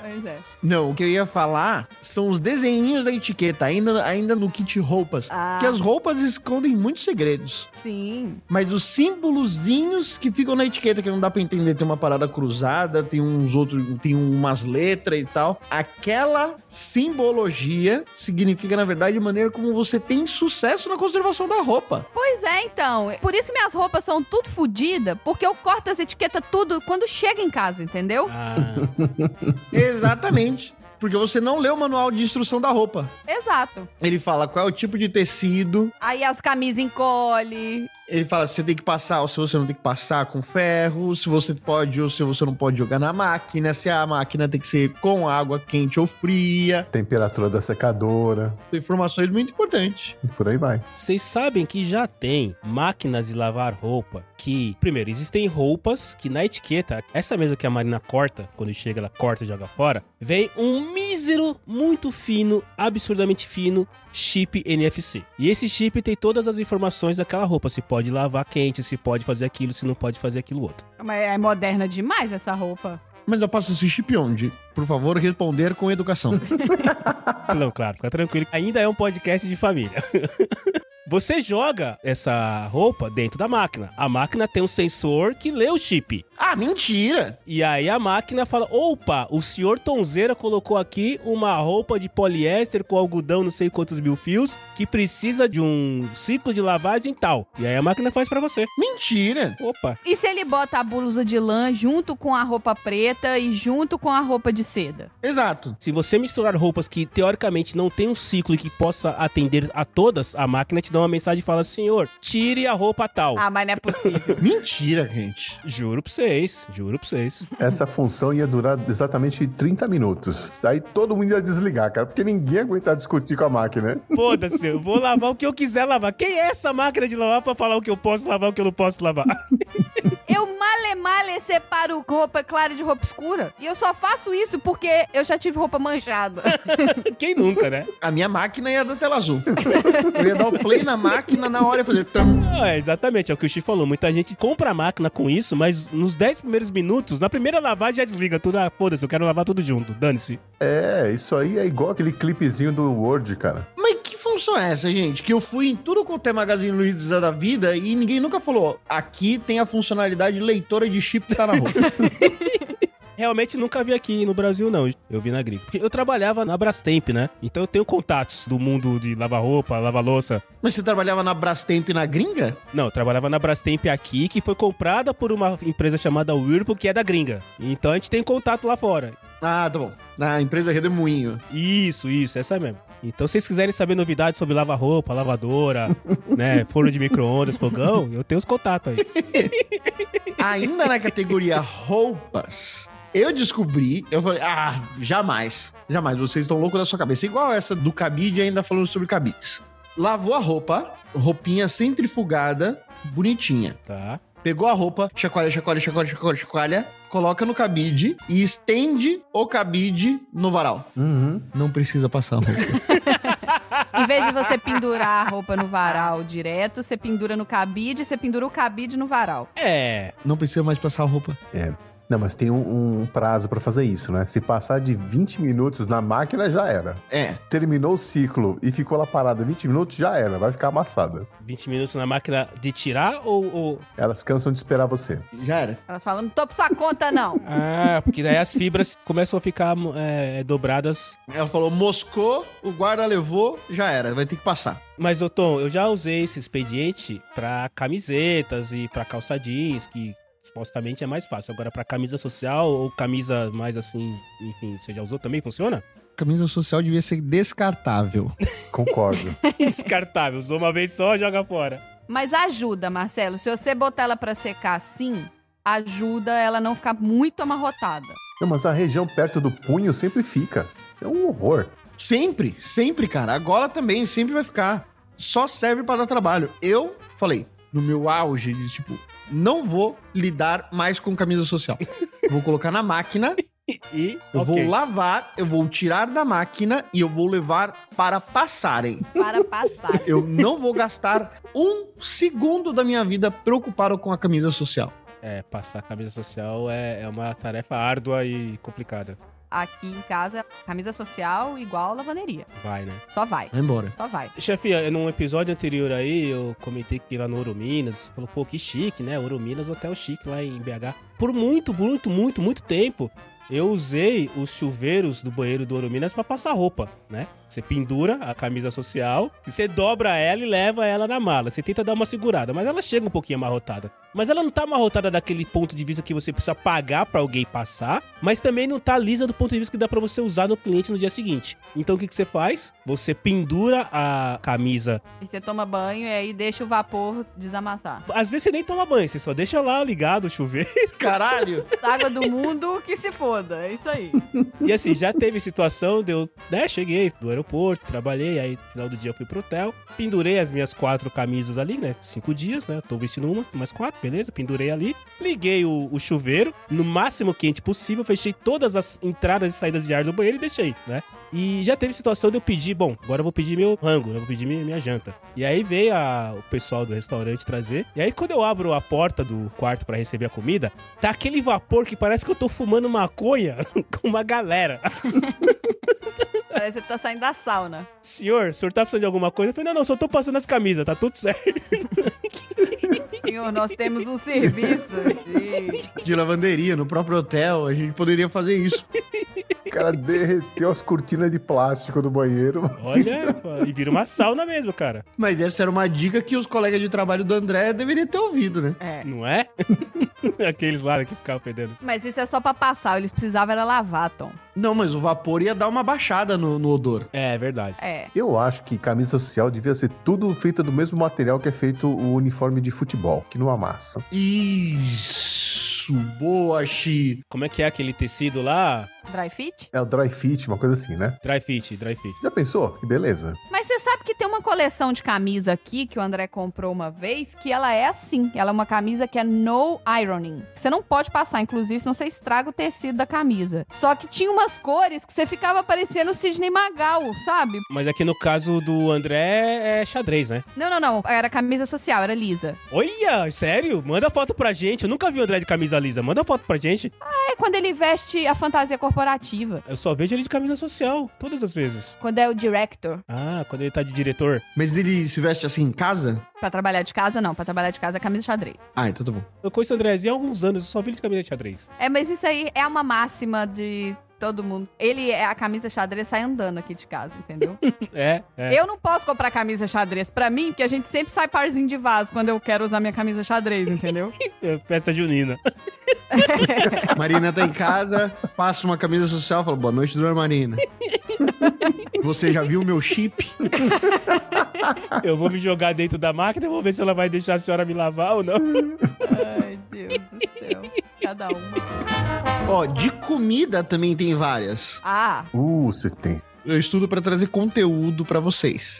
Pois é. Não, o que eu ia falar são os desenhinhos da etiqueta, ainda, ainda no kit roupas. Ah. Que as roupas escondem muitos segredos. Sim. Mas os símbolozinhos que ficam na etiqueta, que não dá pra entender, tem uma parada cruzada, tem uns outros, tem umas letras e tal. Aquela simbologia significa, na verdade, a maneira como você tem sucesso na conservação da roupa. Pois é, então. Por isso que minhas roupas são tudo fodida, porque eu corto as etiquetas tudo quando chega em casa, entendeu? Ah, Exatamente. Porque você não lê o manual de instrução da roupa. Exato. Ele fala qual é o tipo de tecido, Aí as camisas encolhe. Ele fala se você tem que passar ou se você não tem que passar com ferro, se você pode ou se você não pode jogar na máquina, se a máquina tem que ser com água quente ou fria. Temperatura da secadora. Informações muito importantes. E por aí vai. Vocês sabem que já tem máquinas de lavar roupa que, primeiro, existem roupas que na etiqueta, essa mesma que a Marina corta, quando chega ela corta e joga fora, vem um mísero, muito fino, absurdamente fino, chip NFC. E esse chip tem todas as informações daquela roupa, se pode lavar quente, se pode fazer aquilo, se não pode fazer aquilo outro. Mas é moderna demais essa roupa. Mas eu passo esse chip onde? Por favor, responder com educação. Não, claro, fica tranquilo. Ainda é um podcast de família. [LAUGHS] Você joga essa roupa dentro da máquina. A máquina tem um sensor que lê o chip. [LAUGHS] ah, mentira! E aí a máquina fala: opa, o senhor Tonzeira colocou aqui uma roupa de poliéster com algodão, não sei quantos mil fios, que precisa de um ciclo de lavagem tal. E aí a máquina faz pra você. Mentira! Opa. E se ele bota a blusa de lã junto com a roupa preta e junto com a roupa de seda? Exato. Se você misturar roupas que teoricamente não tem um ciclo e que possa atender a todas, a máquina te dá uma mensagem e fala: senhor, tire a roupa tal. Ah, mas não é possível. Mentira, gente. Juro pra vocês, juro pra vocês. Essa função ia durar exatamente 30 minutos. Aí todo mundo ia desligar, cara, porque ninguém ia aguentar discutir com a máquina. [LAUGHS] Foda-se, eu vou lavar o que eu quiser lavar. Quem é essa máquina de lavar pra falar o que eu posso lavar, o que eu não posso lavar? eu male male separo roupa clara de roupa escura. E eu só faço isso porque eu já tive roupa manchada. [LAUGHS] Quem nunca, né? A minha máquina ia dar tela azul. eu ia dar o play na máquina na hora e fazer. Tam. Não, é exatamente, é o que o Chi falou. Muita gente compra a máquina com isso, mas nos 10 primeiros minutos, na primeira lavagem, já desliga tudo. Ah, foda-se, eu quero lavar tudo junto. Dane-se. É, isso aí é igual aquele clipezinho do Word, cara. Mas que função é essa, gente? Que eu fui em tudo com o T Magazine Luiza da vida e ninguém nunca falou. Aqui tem a funcionalidade leitora de chip que tá na roupa. Realmente nunca vi aqui no Brasil, não. Eu vi na gringa. Porque eu trabalhava na Brastemp, né? Então eu tenho contatos do mundo de lavar roupa, lavar louça. Mas você trabalhava na Brastemp na gringa? Não, eu trabalhava na Brastemp aqui, que foi comprada por uma empresa chamada Whirlpool, que é da gringa. Então a gente tem contato lá fora. Ah, tá bom. Na empresa Redemoinho. Isso, isso, essa mesmo. Então, se vocês quiserem saber novidades sobre lava-roupa, lavadora, [LAUGHS] né, forno de micro-ondas, fogão, eu tenho os contatos aí. Ainda na categoria roupas, eu descobri, eu falei, ah, jamais, jamais, vocês estão loucos da sua cabeça. Igual essa do cabide, ainda falando sobre cabides. Lavou a roupa, roupinha centrifugada, bonitinha. Tá. Pegou a roupa, chacoalha, chacoalha, chacoalha, chacoalha, chacoalha, coloca no cabide e estende o cabide no varal. Uhum. Não precisa passar a [LAUGHS] roupa. Em vez de você pendurar a roupa no varal direto, você pendura no cabide, você pendura o cabide no varal. É. Não precisa mais passar a roupa. Não, mas tem um, um prazo pra fazer isso, né? Se passar de 20 minutos na máquina, já era. É, Terminou o ciclo e ficou lá parada 20 minutos, já era. Vai ficar amassada. 20 minutos na máquina de tirar ou. ou- Elas cansam de esperar você. já era. Elas falam, não tô pra sua conta, não. Ah, porque daí as fibras [LAUGHS] começam a ficar é, dobradas. Ela falou, moscou, o guarda levou, já era, vai ter que passar. Mas, ô Tom, eu já usei esse expediente pra camisetas e pra calça jeans, que supostamente é mais fácil. Agora, pra camisa social ou camisa mais assim, enfim, você já usou também? Funciona? Camisa social devia ser descartável. Concordo. [LAUGHS] Descartável, usou uma vez só, joga fora. Mas ajuda, Marcelo. Se você botar ela pra secar assim, ajuda ela a não ficar muito amarrotada. Não, mas a região perto do punho sempre fica. É um horror. Sempre, sempre, cara. Agora também, sempre vai ficar. Só serve pra dar trabalho. Eu falei, no meu auge de tipo, não vou lidar mais com camisa [LAUGHS] social. Vou colocar na máquina, E. eu ok. vou lavar, eu vou tirar da máquina e eu vou levar para passarem. Para passar. Eu não vou gastar um segundo da minha vida preocupado com a camisa social. É, passar a camisa social é, é uma tarefa árdua e complicada. Aqui em casa, camisa social igual lavanderia. Vai, né? Só vai, Vai embora. só vai. Chefia, eh, num episódio anterior aí, eu comentei que lá no Ouro Minas, você falou, pô, que chique, né? Ouro Minas, hotel chique lá em BH. Por muito, muito, muito, muito tempo, eu usei os chuveiros do banheiro do Ouro Minas pra passar roupa, né? Você pendura a camisa social, você dobra ela e leva ela na mala. Você tenta dar uma segurada, mas ela chega um pouquinho amarrotada. Mas ela não tá amarrotada daquele ponto de vista que você precisa pagar pra alguém passar, mas também não tá lisa do ponto de vista que dá pra você usar no cliente no dia seguinte. Então o que, que você faz? Você pendura a camisa. E você toma banho e aí deixa o vapor desamassar. Às vezes você nem toma banho, você só deixa lá ligado o chuveiro. Caralho! Água do mundo que se foda. É isso aí. E assim, já teve situação de eu, né, cheguei do aeroporto, trabalhei, aí no final do dia eu fui pro hotel, pendurei as minhas quatro camisas ali, né, cinco dias, né, tô vestindo uma, mais quatro, beleza, pendurei ali, liguei o, o chuveiro, no máximo quente possível, fechei todas as entradas e saídas de ar do banheiro e deixei, né. E já teve situação de eu pedir, bom, agora eu vou pedir meu rango, eu vou pedir minha, minha janta. E aí veio a- o pessoal do restaurante trazer, e aí quando eu abro a porta do quarto pra receber a comida, tá aquele vapor que parece que eu tô fumando maconha [LAUGHS] com uma galera. Parece que você tá saindo da sauna. Senhor, o senhor tá precisando de alguma coisa? Eu falei, não, não, só tô passando as camisas, tá tudo certo. Senhor, nós temos um serviço de... [LAUGHS] De lavanderia, no próprio hotel, a gente poderia fazer isso. O cara derreteu as cortinas de plástico do banheiro. [LAUGHS] Olha, e vira uma sauna mesmo, cara. Mas essa era uma dica que os colegas de trabalho do André deveriam ter ouvido, né? É. Não é? [LAUGHS] Aqueles lá que ficavam perdendo. Mas isso é só pra passar. Eles precisavam era lavar, Tom. Não, mas o vapor ia dar uma baixada no, no odor. É, verdade. É. Eu acho que camisa social devia ser tudo feita do mesmo material que é feito o uniforme de futebol, que não amassa. Isso, boa, Xi. Como é que é aquele tecido lá? Dry fit? É o dry fit, uma coisa assim, né? Dry fit, dry fit. Já pensou? Que beleza. Mas você sabe que tem uma coleção de camisa aqui que o André comprou uma vez, que ela é assim. Ela é uma camisa que é no ironing. Você não pode passar, inclusive, senão você estraga o tecido da camisa. Só que tinha umas cores que você ficava parecendo o Sidney Magal, sabe? Mas aqui no caso do André é xadrez, né? Não, não, não. Era camisa social, era lisa. Olha, sério? Manda foto pra gente. Eu nunca vi o André de camisa lisa. Manda foto pra gente. É quando ele veste a fantasia cor corporativa. Eu só vejo ele de camisa social, todas as vezes. Quando é o director. Ah, quando ele tá de diretor. Mas ele se veste assim em casa? Pra trabalhar de casa, não. Pra trabalhar de casa é camisa xadrez. Ah, então tá bom. Eu conheço o Andrezinho há alguns anos, eu só vi ele de camisa de xadrez. É, mas isso aí é uma máxima de todo mundo. Ele é a camisa xadrez sai andando aqui de casa, [LAUGHS] entendeu? É, é. Eu não posso comprar camisa xadrez pra mim, porque a gente sempre sai parzinho de vaso quando eu quero usar minha camisa xadrez, entendeu? É Festa junina. Marina tá em casa, passa uma camisa social, fala, boa noite, dona Marina. Você já viu meu chip? Eu vou me jogar dentro da máquina e vou ver se ela vai deixar a senhora me lavar ou não. [LAUGHS] Ai, Deus do céu. Cada um. Ó, de comida também tem várias. Ah, Uh, você tem. Eu estudo pra trazer conteúdo pra vocês.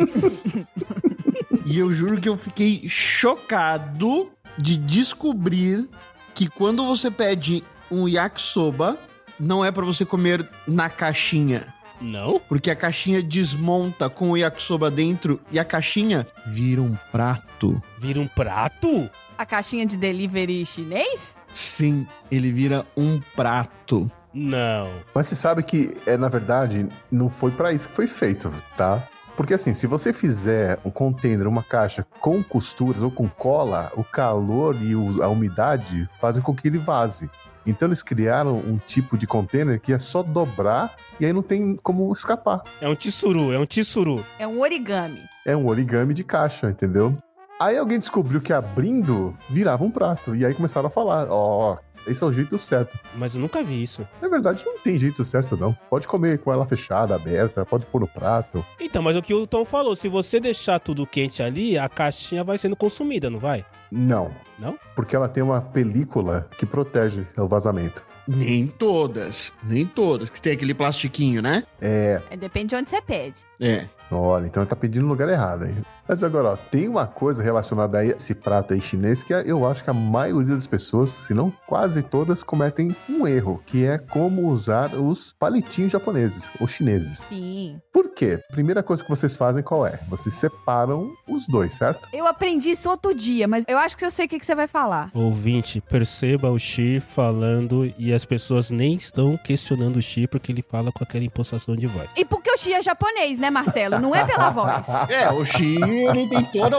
e eu juro que eu fiquei chocado de descobrir que quando você pede um yakisoba, não é pra você comer na caixinha, Não? porque a caixinha desmonta com o yakisoba dentro e a caixinha vira um prato. Vira um prato? a caixinha de delivery chinês? Sim, ele vira um prato. Não. Mas você sabe que, é, na verdade, não foi pra isso que foi feito, tá? Porque assim, se você fizer um container, uma caixa com costuras ou com cola, o calor e o- a umidade fazem com que ele vaze. Então eles criaram um tipo de container que é só dobrar e aí não tem como escapar. É um tissuru, é um tissuru. É um origami. É um origami de caixa, entendeu? Aí alguém descobriu que abrindo virava um prato. E aí começaram a falar: ó, esse é o jeito certo. Mas eu nunca vi isso. Na verdade, não tem jeito certo, não. Pode comer com ela fechada, aberta, pode pôr no prato. Então, mas o que o Tom falou, se você deixar tudo quente ali, a caixinha vai sendo consumida, não vai? Não. Não? Porque ela tem uma película que protege o vazamento. Nem todas, nem todas, que tem aquele plastiquinho, né? É, Depende de onde você pede. É. Olha, então tá pedindo no lugar errado, hein? Mas agora, ó, tem uma coisa relacionada a esse prato aí chinês que é, eu acho que a maioria das pessoas, se não quase todas, cometem um erro, que é como usar os palitinhos japoneses ou chineses. Sim. Por quê? Primeira coisa que vocês fazem qual é? Vocês separam os dois, certo? Eu aprendi isso outro dia, mas eu acho que eu sei o que, que você vai falar. Ouvinte, perceba o Xi falando e as pessoas nem estão questionando o Xi porque ele fala com aquela impostação de voz. E porque o Xi é japonês, né, Marcelo? Não é pela voz. É, o Xi, ele tem toda a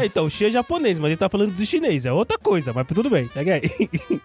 [LAUGHS] É, então, o Xi é japonês, mas ele tá falando de chinês, é outra coisa, mas tudo bem, segue aí.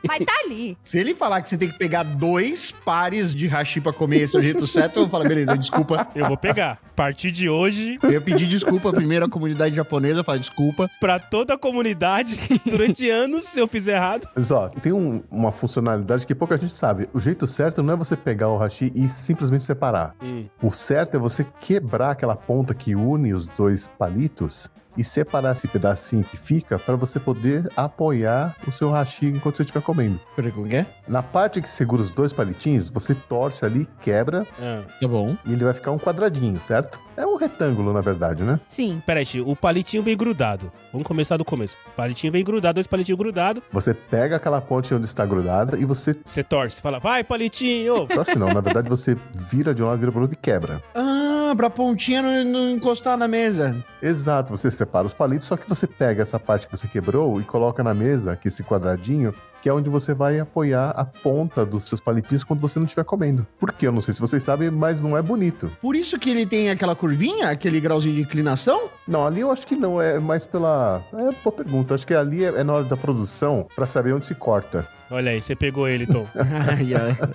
Mas tá ali. Se ele falar que você tem que pegar dois pares de hashi pra comer esse é o jeito certo, eu falo, beleza, desculpa. Eu vou pegar. A partir de hoje, Eu pedi desculpa primeiro à comunidade japonesa, fala desculpa. pra toda a [LAUGHS] comunidade, durante anos, se eu fiz errado. Mas ó, tem um- uma funcionalidade que pouca gente sabe. O jeito certo não é você pegar o hashi e simplesmente separar. Hum. O certo é você quebrar aquela ponta que une os dois palitos e separar esse pedacinho que fica para você poder apoiar o seu hashi enquanto você estiver comendo. Peraí, como que é? Na parte que segura os dois palitinhos, você torce ali, quebra Ah. Tá bom. e ele vai ficar um quadradinho, certo? É um retângulo, na verdade, né? Sim. Pera aí, Xi, o palitinho vem grudado. Vamos começar do começo. Palitinho vem grudado, dois palitinhos grudados. Você pega aquela ponte onde está grudada e você. Você torce, fala, vai, [LAUGHS] palitinho! Torce não, na verdade você vira de um lado, vira pro outro e quebra. Ah, pra pontinha não, não encostar na mesa. Exato, você separa os palitos, só que você pega essa parte que você quebrou e coloca na mesa, que esse quadradinho, que é onde você vai apoiar a ponta dos seus palitinhos quando você não estiver comendo. Porque eu não sei se vocês sabem, mas não é bonito. Por isso que ele tem aquela curvinha, aquele grauzinho de inclinação? [LAUGHS] Não, ali eu acho que não, é mais pela. É boa pergunta. Acho que ali é, é na hora da produção pra saber onde se corta. Olha aí, você pegou ele, Tom. Ai, ai.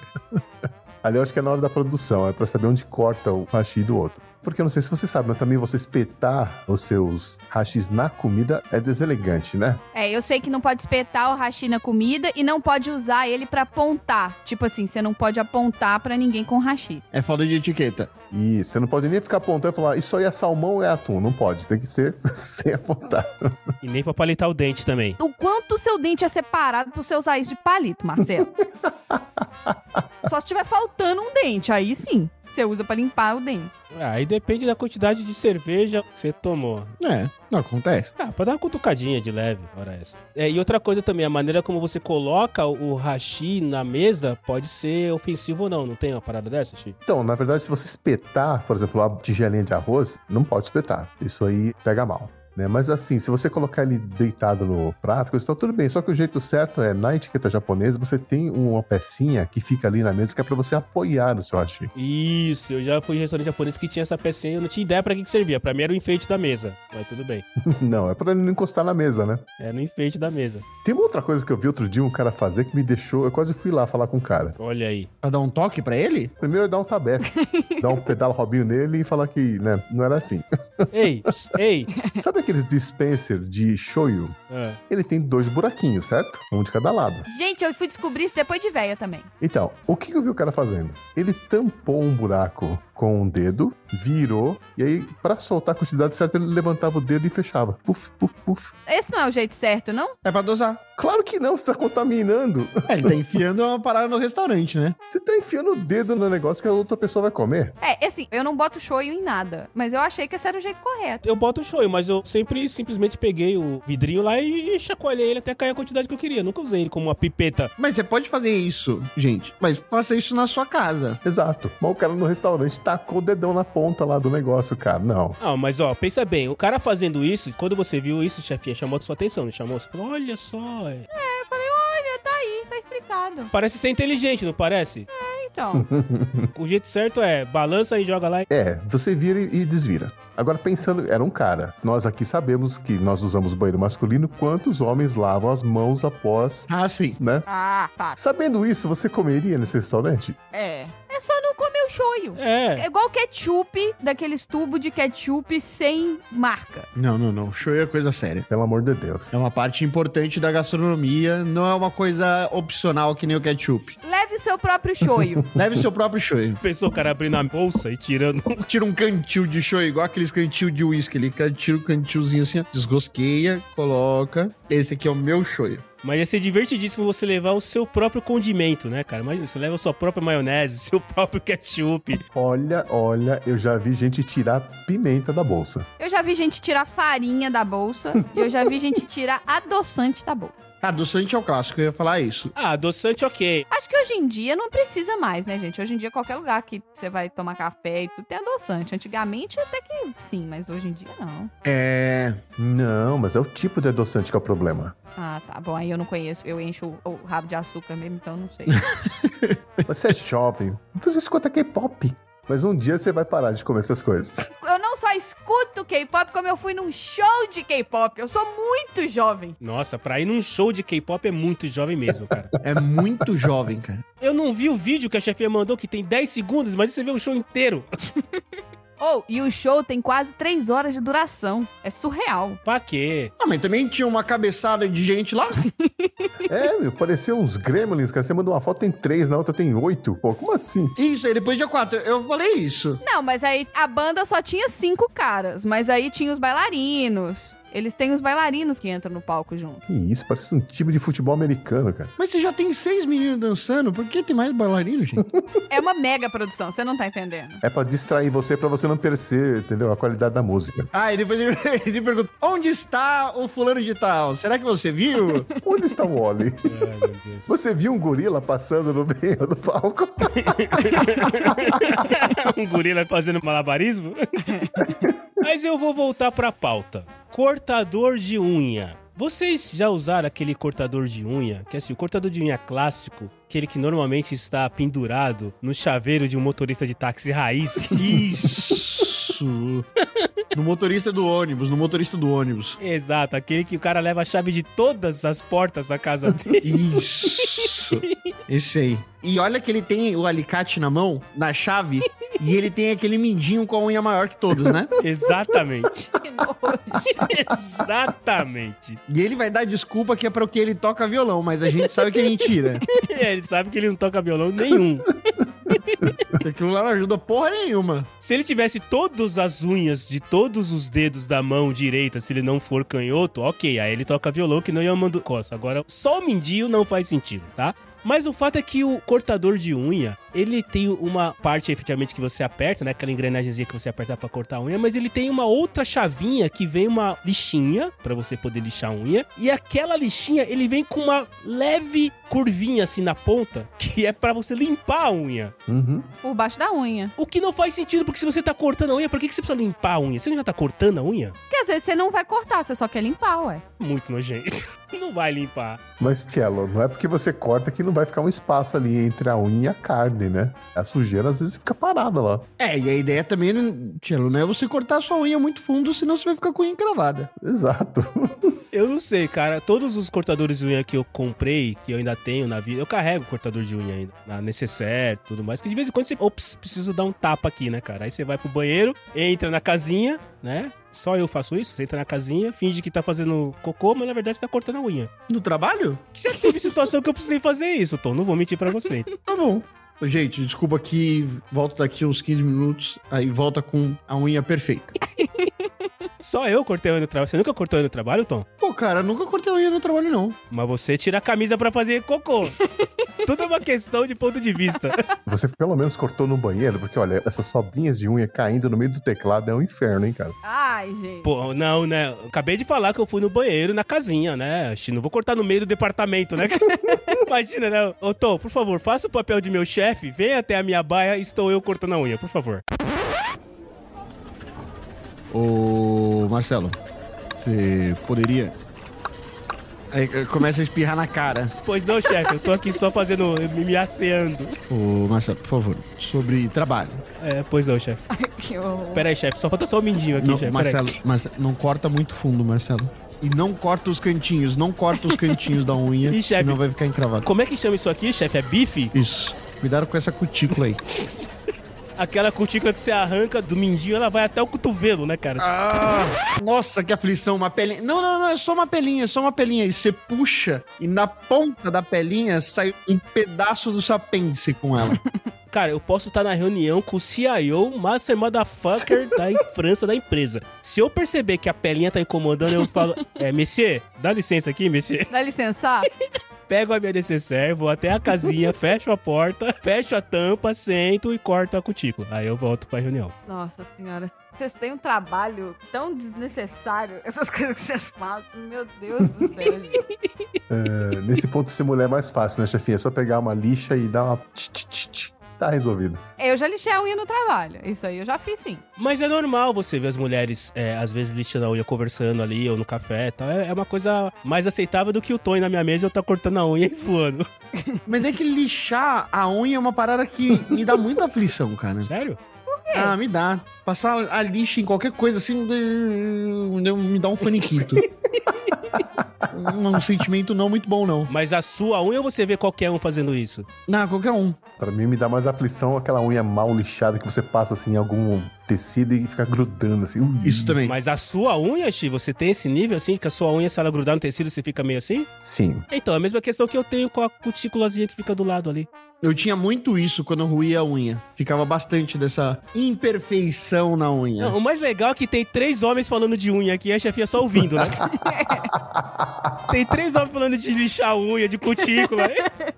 Ali eu acho que é na hora da produção, é pra saber onde corta o hashi do outro. Porque eu não sei se vocês sabem, mas também você espetar os seus hashis na comida é deselegante, né? É, eu sei que não pode espetar o hashi na comida e não pode usar ele pra apontar. Tipo assim, você não pode apontar pra ninguém com hashi. É falta de etiqueta. E você não pode nem ficar apontando e falar, isso aí é salmão ou é atum. Não pode, tem que ser [LAUGHS] sem apontar. E nem pra palitar o dente também. O quanto o seu dente é separado pro você usar isso de palito, Marcelo? Só se tiver faltando um dente, aí sim. Você usa pra limpar o dente. Ah, Aí depende da quantidade de cerveja que você tomou. É, não acontece. Ah, pra dar uma cutucadinha de leve, hora essa. É, e outra coisa também, a maneira como você coloca o hashi na mesa pode ser ofensivo ou não. Não tem uma parada dessa, Xi? Então, na verdade, se você espetar, por exemplo, a tigelinha de arroz, não pode espetar. Isso aí pega mal. né? né? Mas assim, se você colocar ele deitado no prato, coisa e tal, tudo bem. Só que o jeito certo é, na etiqueta japonesa, você tem uma pecinha que fica ali na mesa que é pra você apoiar o seu hashi. Isso, eu já fui em restaurante japonês que tinha essa pecinha e eu não tinha ideia pra que, que servia. Pra mim era o enfeite da mesa. Mas tudo bem. [LAUGHS] Não, é pra ele não encostar na mesa, né? Era o enfeite da mesa. Tem uma outra coisa que eu vi outro dia um cara fazer que me deixou. Eu quase fui lá falar com o cara. Olha aí. Pra dar um toque pra ele? Primeiro é dar um tabefe, dar um pedal robinho nele e falar que, né, não era assim. Ei, ps, ei. Sabe aqueles dispenser de shoyu? Ah, Ele tem dois buraquinhos, certo? Um de cada lado. Gente, eu fui descobrir isso depois de véia também. Então, o que eu vi o cara fazendo? Ele tampou um buraco com um dedo, virou, e aí, pra soltar a quantidade certa, ele levantava o dedo e fechava. Puf, puf, puf. Esse não é o jeito certo, não? É pra dosar. Claro que não, você tá contaminando. É, ele tá enfiando uma parada no restaurante, né? Você tá enfiando o dedo no negócio que a outra pessoa vai comer. É, assim, eu não boto shoyu em nada, mas eu achei que esse era o jeito correto. Eu boto o shoyu, mas eu sempre simplesmente peguei o vidrinho lá e chacoalhei ele até cair a quantidade que eu queria. Nunca usei ele como uma pipeta. Mas você pode fazer isso, gente. Mas faça isso na sua casa. Exato. Mas o cara no restaurante tacou o dedão na ponta lá do negócio, cara. Não. Ah, mas ó, pensa bem, o cara fazendo isso, quando você viu isso, chefinha, chamou sua atenção, não chamou? Você falou, olha só, é. Olha, tá aí, tá explicado. parece ser inteligente, não parece? Então, O jeito certo é, balança e joga lá. e- É, você vira e e desvira. Agora pensando, era um cara. Nós aqui sabemos que nós usamos banheiro masculino, quantos homens lavam as mãos após, Ah, sim. né? ah, tá. Sabendo isso, você comeria nesse restaurante? É. É só não comer o shoyu. É. É igual ketchup, daqueles tubos de ketchup sem marca. Não, não, não. Show é coisa séria. Pelo amor de Deus. É uma parte importante da gastronomia, não é uma coisa opcional que nem o ketchup. Leve o seu próprio shoyu. Leve seu próprio shoyu. Pensou o cara abrindo a bolsa e tirando. [LAUGHS] Tira um cantil de shoyu, igual aqueles cantil de uísque ali. Cara, Tira um cantilzinho assim, ó, desrosqueia, coloca. Esse aqui é o meu shoyu. Mas ia ser divertidíssimo você levar o seu próprio condimento, né, cara? Imagina, você leva a sua própria maionese, [LAUGHS] seu próprio ketchup. Olha, olha, eu já vi gente tirar pimenta da bolsa. eu já vi gente tirar farinha da bolsa. e eu já vi gente tirar adoçante da bolsa. Adoçante é o clássico, eu ia falar isso. Ah, adoçante ok. Acho que hoje em dia não precisa mais, né, gente? Hoje em dia, qualquer lugar que você vai tomar café e tudo tem adoçante. Antigamente até que sim, mas hoje em dia não. É. Não, mas é o tipo de adoçante que é o problema. Ah, tá bom. Aí eu não conheço. Eu encho o, o rabo de açúcar mesmo, então não sei. Você é jovem, você escuta K-pop. é Mas um dia você vai parar de comer essas [LAUGHS] coisas. eu não só escuto K-pop, como eu fui num show de K-pop. Eu sou muito jovem. Nossa, pra ir num show de K-pop é muito jovem mesmo, [LAUGHS] cara. É muito jovem, cara. Eu não vi o vídeo que a chefia mandou, que tem 10 segundos, mas você vê o show inteiro. Oh, e o show tem quase três horas de duração. É surreal. Pra quê? Ah, mas também tinha uma cabeçada de gente lá. é, meu, pareceu uns gremlins, cara. Você mandou uma foto, tem três, na outra tem oito. Pô, como assim? Isso, aí depois dia 4. Eu falei isso. Não, mas aí a banda só tinha cinco caras, mas aí tinha os bailarinos. Eles têm os bailarinos que entram no palco junto. Que isso, parece um time de futebol americano, cara. Mas você já tem seis meninos dançando, por que tem mais bailarino, gente? É uma mega produção, você não tá entendendo. É pra distrair você, pra você não perceber, entendeu? A qualidade da música. [LAUGHS] ah, e depois ele, [LAUGHS] ele pergunta: onde está o fulano de tal? Será que você viu? Onde está o Wally? [LAUGHS] Ai, meu Deus. Você viu um gorila passando no meio do palco? [LAUGHS] um gorila fazendo malabarismo? Mas eu vou voltar pra pauta. Cortador de unha. Vocês já usaram aquele cortador de unha? Que assim, o cortador de unha clássico, aquele que normalmente está pendurado no chaveiro de um motorista de táxi raiz. [LAUGHS] Isso. No motorista do ônibus, no motorista do ônibus. Exato, aquele que o cara leva a chave de todas as portas da casa [LAUGHS] dele. Isso. Esse aí. E olha que ele tem o alicate na mão, na chave, e ele tem aquele mindinho com a unha maior que todos, né? Exatamente. [LAUGHS] Que nojo. Exatamente. E ele vai dar desculpa que é para o que ele toca violão, mas a gente sabe que é mentira. Ele sabe que ele não toca violão nenhum. Que Aquilo lá não ajuda porra nenhuma. Se ele tivesse todas as unhas de todos os dedos da mão direita, se ele não for canhoto, ok, aí ele toca violão que não é mando costa. Agora, só o mindinho não faz sentido, tá? Mas o fato é que o cortador de unha, Ele tem uma parte, efetivamente, que você aperta, né? Aquela engrenagemzinha que você aperta pra cortar a unha, mas ele tem uma outra chavinha que vem uma lixinha pra você poder lixar a unha. E aquela lixinha, ele vem com uma leve curvinha assim na ponta, que é pra você limpar a unha. Uhum. Por baixo da unha. O que não faz sentido, porque se você tá cortando a unha, por que, que você precisa limpar a unha? Você não já tá cortando a unha? Porque às vezes você não vai cortar, você só quer limpar, ué. Muito nojento. [LAUGHS] Não vai limpar. Mas, Cello, não é porque você corta que não vai ficar um espaço ali entre a unha e a carne, né? A sujeira às vezes fica parada lá. É, e a ideia também, Tchelo, não é você cortar a sua unha muito fundo, senão você vai ficar com a unha encravada. Exato. [LAUGHS] Eu não sei, cara. Todos os cortadores de unha que eu comprei, que eu ainda tenho na vida, eu carrego cortador de unha ainda, na necessaire e tudo mais. Que de vez em quando você, ops, preciso dar um tapa aqui, né, cara? Aí você vai pro banheiro, entra na casinha, né? Só eu faço isso, você entra na casinha, finge que tá fazendo cocô, mas na verdade você tá cortando a unha. No trabalho? Já teve situação que eu precisei fazer isso, Tom. Não vou mentir pra você. Tá bom. Gente, desculpa que volto daqui uns 15 minutos, aí volta com a unha perfeita. Só eu cortei a unha no trabalho. Você nunca cortou a unha no trabalho, Tom? Pô, cara, nunca cortei a unha no trabalho, não. Mas você tira a camisa pra fazer cocô. Tudo é uma questão de ponto de vista. Você pelo menos cortou no banheiro, porque olha, essas sobrinhas de unha caindo no meio do teclado é um inferno, hein, cara? Ai, gente. Pô, não, né? Acabei de falar que eu fui no banheiro, na casinha, né? Acho que Não vou cortar no meio do departamento, né? Imagina, né? Ô, Tom, por favor, faça o papel de meu chefe, venha até a minha baia, estou eu cortando a unha, por favor. Ô, Marcelo, você poderia. Aí eh, começa a espirrar na cara. Pois não, chefe, eu tô aqui só fazendo, me me asseando. Ô, Marcelo, por favor, sobre trabalho. É, pois não, chefe. Que horror. Pera aí, chefe, só falta só o mindinho aqui, é Não, chefe. pera aí. Marcelo, Marcelo, não corta muito fundo, Marcelo. E não corta os cantinhos, não corta os cantinhos da unha, Ih, chefe. senão vai ficar encravado. Como é que chama isso aqui, chefe? É bife? Isso. Cuidado com essa cutícula [LAUGHS] aí. Aquela cutícula que você arranca do mindinho, ela vai até o cotovelo, né, cara? Ah, Nossa, que aflição, uma pelinha. Não, não, não, é só uma pelinha, é só uma pelinha. E você puxa e na ponta da pelinha sai um pedaço do seu apêndice com [LAUGHS] ela. Cara, eu posso estar na reunião com o CIO, master motherfucker da em França da empresa. Se eu perceber que a pelinha tá incomodando, eu falo, é, Messier, dá licença aqui, Messier. Dá licença? Pego a minha necessaire, vou até a casinha, fecho a porta, fecho a tampa, sento e corto a cutícula. Aí eu volto pra reunião. Nossa senhora, vocês têm um trabalho tão desnecessário, [LAUGHS] essas coisas que vocês falam. Meu Deus do céu, gente. É, nesse ponto, ser mulher é mais fácil, né, chefinha? É só pegar uma lixa e dar uma. tch, tch, tch, tch. Tá resolvido. Eu já lixei a unha no trabalho. Isso aí eu já fiz sim. Mas é normal você ver as mulheres, é, às vezes, lixando a unha, conversando ali, ou no café e tal. É, é uma coisa mais aceitável do que o Tony na minha mesa eu tá cortando a unha e voando. Mas é que lixar a unha é uma parada que me dá muita aflição, cara. Sério? Ah, me dá. Passar a lixa em qualquer coisa assim me dá um [LAUGHS] faniquito. um, um sentimento não muito bom, não. Mas a sua unha ou você vê qualquer um fazendo isso? Não, qualquer um. Pra mim, me dá mais aflição aquela unha mal lixada que você passa assim em algum tecido e fica grudando assim. Ui. Isso também. Mas a sua unha, Chi, você tem esse nível assim, que a sua unha, se ela grudar no tecido, você fica meio assim? Sim. Então, é a mesma questão que eu tenho com a cutículazinha que fica do lado ali. Eu tinha muito isso quando eu ruía a unha. Ficava bastante dessa imperfeição na unha. Não, o mais legal é que tem três homens falando de unha aqui, a chefia só ouvindo, [LAUGHS] né? tem três homens falando de lixar a unha, de [LAUGHS] cutícula.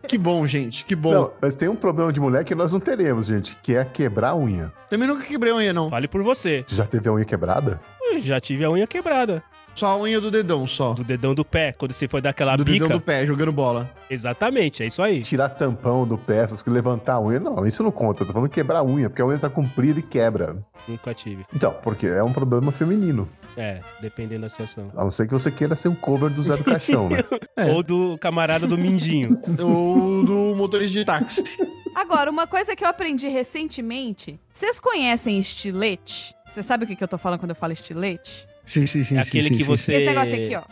Que bom, gente. Que bom. Não, mas tem um problema de mulher que nós não teremos, gente, que é quebrar a unha. Também nunca quebrei a unha, não. Fale por você. Você já teve a unha quebrada? Eu já tive a unha quebrada. Só a unha do dedão, só. Do dedão do pé, quando você foi dar aquela do bica. dedão do pé, jogando bola. Exatamente, é isso aí. Tirar tampão do pé, essas coisas, levantar a unha. Não, isso não conta. Eu tô falando quebrar a unha, porque a unha tá comprida e quebra. Nunca tive. Então, porque é um problema feminino. É, dependendo da situação. A não ser que você queira ser um cover do Zé do Caixão, né? É. Ou do camarada do Mindinho. Ou do motorista [LAUGHS] de táxi. Agora, uma coisa que eu aprendi recentemente: vocês conhecem estilete? Você sabe o que, que eu tô falando quando eu falo estilete? Sim, sim, sim. É sim, aquele sim, que sim. você. Esse negócio aqui, ó.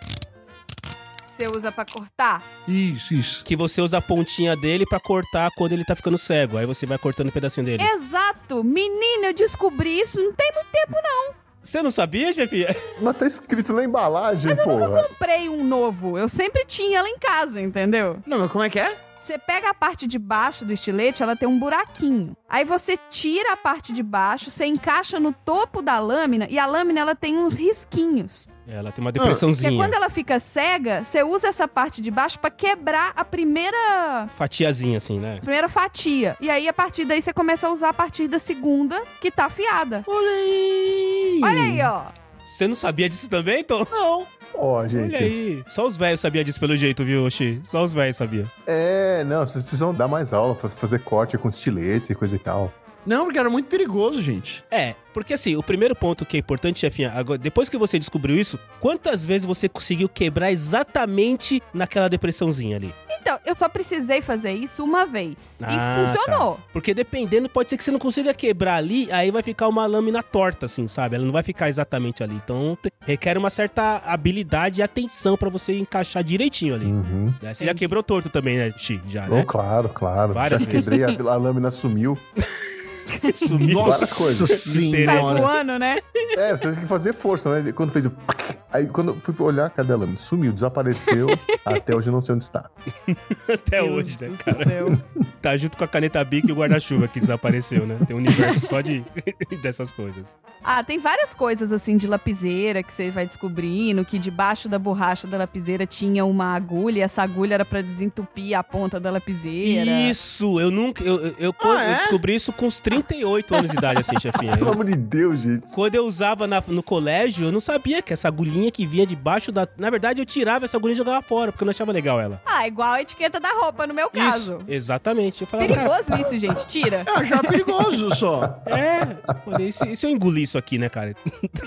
Você usa pra cortar? Isso, isso. Que você usa a pontinha dele pra cortar quando ele tá ficando cego. Aí você vai cortando um pedacinho dele. Exato! Menina, eu descobri isso não tem muito tempo, não. Você não sabia, chefia? Mas tá escrito na embalagem, porra. Comprei um novo. Eu sempre tinha lá em casa, entendeu? Não, mas como é que é? Você pega a parte de baixo do estilete, ela tem um buraquinho. Aí você tira a parte de baixo, você encaixa no topo da lâmina e a lâmina ela tem uns risquinhos. É, Ela tem uma Porque Ah, depressãozinha. quando ela fica cega, você usa essa parte de baixo pra quebrar a primeira Fatiazinha, assim, né? primeira fatia. E aí, a partir daí, você começa a usar a partir da segunda, que tá afiada. Olha aí! Olha aí, ó. Você não sabia disso também, Tom? Não. Ó, Olha gente. aí. Só os velhos sabiam disso pelo jeito, viu, Oxi? Só os velhos sabiam. É, não, vocês precisam dar mais aula, fa- fazer corte com estilete e coisa e tal. Não, porque era muito perigoso, gente. É, porque assim, o primeiro ponto que é importante, chefinha, agora, depois que você descobriu isso, quantas vezes você conseguiu quebrar exatamente naquela depressãozinha ali? Então, eu só precisei fazer isso uma vez. Ah, e funcionou. Porque dependendo, pode ser que você não consiga quebrar ali, aí vai ficar uma lâmina torta, assim, sabe? Ela não vai ficar exatamente ali. Então te- requer uma certa habilidade e atenção pra você encaixar direitinho ali. Uhum. Né? Você já quebrou torto também, né, Chi? Já, Oh, né? claro, claro. Várias Já quebrei, a, a lâmina sumiu. Sumiu. Várias coisas. Sai senhora. voando, né? É, você tem que fazer força, né? Quando fez o... [LAUGHS] Aí, quando eu fui olhar, cadê a lâmina? Sumiu, [LAUGHS] desapareceu. até hoje eu não sei onde está. Até Deus hoje, né? do céu. [LAUGHS] Tá junto com a caneta Bic e o guarda-chuva que desapareceu, né? Tem um universo só de [LAUGHS] dessas coisas. Ah, tem várias coisas assim de lapiseira que você vai descobrindo, que debaixo da borracha da lapiseira tinha uma agulha, e essa agulha era pra desentupir a ponta da lapiseira. Isso, eu nunca. Eu, eu, eu- Ah, quando- eu é? descobri isso com uns 38 anos de idade, assim, chefinha. Pelo Eu- amor de Deus, gente. quando eu usava na- no colégio, eu não sabia que essa agulhinha que vinha debaixo da. Na verdade, eu tirava essa agulhinha e jogava fora, porque eu não achava legal ela. Ah, igual a etiqueta da roupa, no meu caso. Isso, Tá exatamente. Eu falava, cara, Perigoso isso, [LAUGHS] gente. Tira. Eu achava Ah, é perigoso só. é. eu Falei, e se, e se eu engolir isso aqui, né, cara?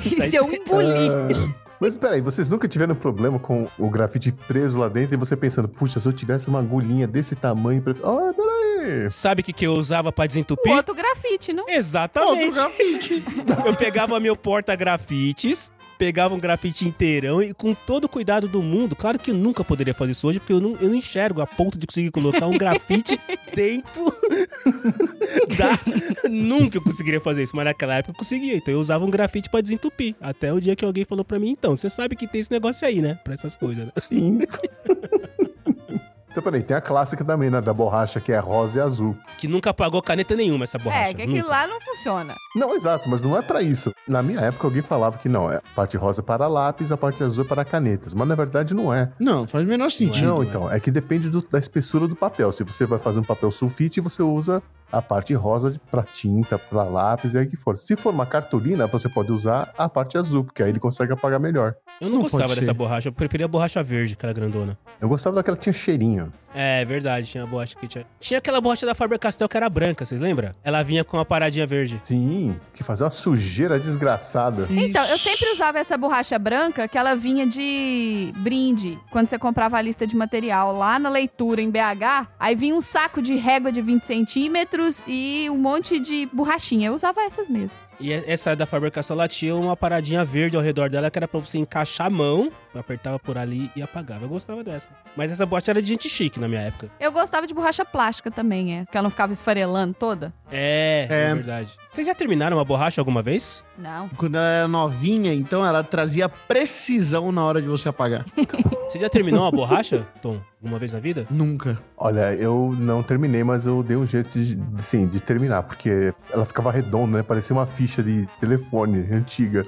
E se eu engolir? Ah, Mas peraí, vocês nunca tiveram problema com o grafite preso lá dentro e você pensando, puxa, se eu tivesse uma agulhinha desse tamanho pra. Ah, peraí! Sabe o que, que eu usava pra O desentupir? outro grafite, não? Exatamente. Outro grafite. Eu pegava meu porta-grafites, pegava um grafite inteirão e com todo o cuidado do mundo, claro que eu nunca poderia fazer isso hoje, porque eu não, eu não enxergo a ponto de conseguir colocar um [LAUGHS] grafite dentro [LAUGHS] da... Nunca eu conseguiria fazer isso, mas naquela época eu conseguia, então eu usava um grafite pra desentupir. Até o dia que alguém falou pra mim, então, você sabe que tem esse negócio aí, né? Pra essas coisas, né? Sim. assim. [LAUGHS] então peraí, tem a clássica também, né? Da borracha que é rosa e azul. Que nunca pagou caneta nenhuma essa borracha. é, que nunca. aquilo lá não funciona. Não, exato, mas não é pra isso. Na minha época, alguém falava que não, é a parte rosa é para lápis, a parte azul é para canetas. Mas na verdade não é. Não, faz o menor sentido. Não, então, é que depende do- da espessura do papel. Se você vai fazer um papel sulfite, você usa a parte rosa de- pra tinta, pra lápis e aí que for. Se for uma cartolina, você pode usar a parte azul, porque aí ele consegue apagar melhor. Eu não, Não gostava pode dessa ser. borracha, eu preferia a borracha verde, aquela grandona. Eu gostava daquela que tinha cheirinho. É verdade, tinha a borracha que tinha. Tinha aquela borracha da Faber Castell que era branca, vocês lembram? Ela vinha com uma paradinha verde. Sim, que fazia uma sujeira desgraçada. Então, eu sempre usava essa borracha branca que ela vinha de brinde, quando você comprava a lista de material lá na leitura em BH. Aí vinha um saco de régua de 20 centímetros e um monte de borrachinha. Eu usava essas mesmo. E e- essa da Faber Castell ela tinha uma paradinha verde ao redor dela que era pra você encaixar a mão, apertava por ali e apagava. Eu gostava dessa. Mas essa borracha era de gente chique na minha época. Eu gostava de borracha plástica também, é. Que ela não ficava esfarelando toda. É, é, É. verdade. Vocês já terminaram uma borracha alguma vez? Não. Quando ela era novinha, então ela trazia precisão na hora de [LAUGHS] você apagar. Você já terminou uma borracha, [LAUGHS] Tom? Alguma vez na vida? Nunca. Olha, eu não terminei, mas eu dei um jeito de, de- sim, de terminar, porque ela ficava redonda, né? Parecia uma ficha de telefone antiga.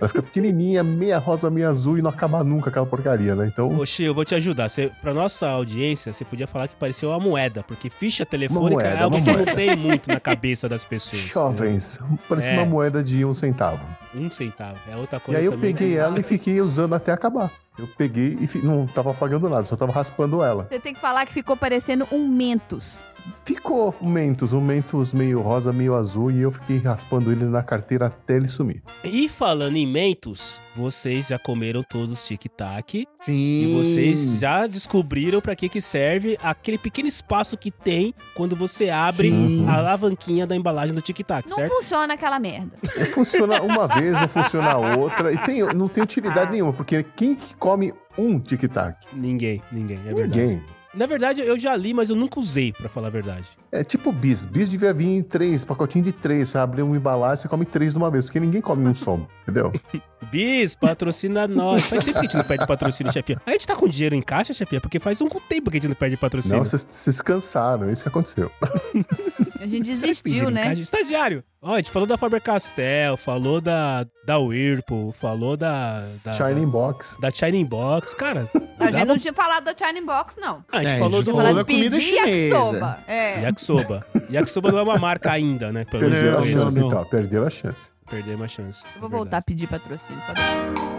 Ela fica pequenininha, meia rosa, meia azul e não acaba nunca aquela porcaria, né? Então, Oxi, eu vou te ajudar. Você, pra nossa audiência, você podia falar que parecia uma moeda, porque ficha telefônica moeda, é algo uma que não moeda. tem muito na cabeça das pessoas. Jovens, parece É. uma moeda de um centavo. Um centavo. É outra e coisa aí eu também. peguei ela e fiquei usando até acabar. Eu peguei e fi- não tava pagando nada, só tava raspando ela. Você tem que falar que ficou parecendo um Mentos. Ficou um Mentos, um Mentos meio rosa, meio azul, e eu fiquei raspando ele na carteira até ele sumir. E falando em mentos, vocês já comeram todos os tic-tac Sim. e vocês já descobriram pra que que serve aquele pequeno espaço que tem quando você abre Sim. a alavanquinha da embalagem do tic-tac, Não certo? funciona aquela merda. Funciona uma vez, não funciona a outra, e tem, não tem utilidade nenhuma, porque quem que come um tic-tac? Ninguém, ninguém, é verdade. Ninguém. Na verdade, eu já li, mas eu nunca usei, pra falar a verdade. É tipo bis. Bis devia vir em três, pacotinho de três. Você abre uma embalagem, você come três de uma vez, porque ninguém come um só, entendeu? Bis, patrocina nós. Faz tempo que a gente não perde patrocínio, [LAUGHS] chefia. A gente tá com dinheiro em caixa, chefia? Porque faz um tempo que a gente não perde patrocínio. Não, vocês vocês cansaram, é isso que aconteceu. A [LAUGHS] gente Pediram desistiu, né? caixa- Estagiário! Ó, a gente falou da Faber-Castell, falou da, da Whirlpool, falou da... da Shining Box. Da Shining [LAUGHS] Box, cara. A gente dava- não tinha falado da China Box, não. Ah, a É, gente a falou gente do... falou Falou da comida chinesa. soba. É. Yakisoba. Yakisoba não é uma marca ainda, né? Pelo menos Perderam eu a não, chance, não. então. Perderam a chance. Perder uma chance. Eu vou é voltar a verdade. pedir patrocínio. pra-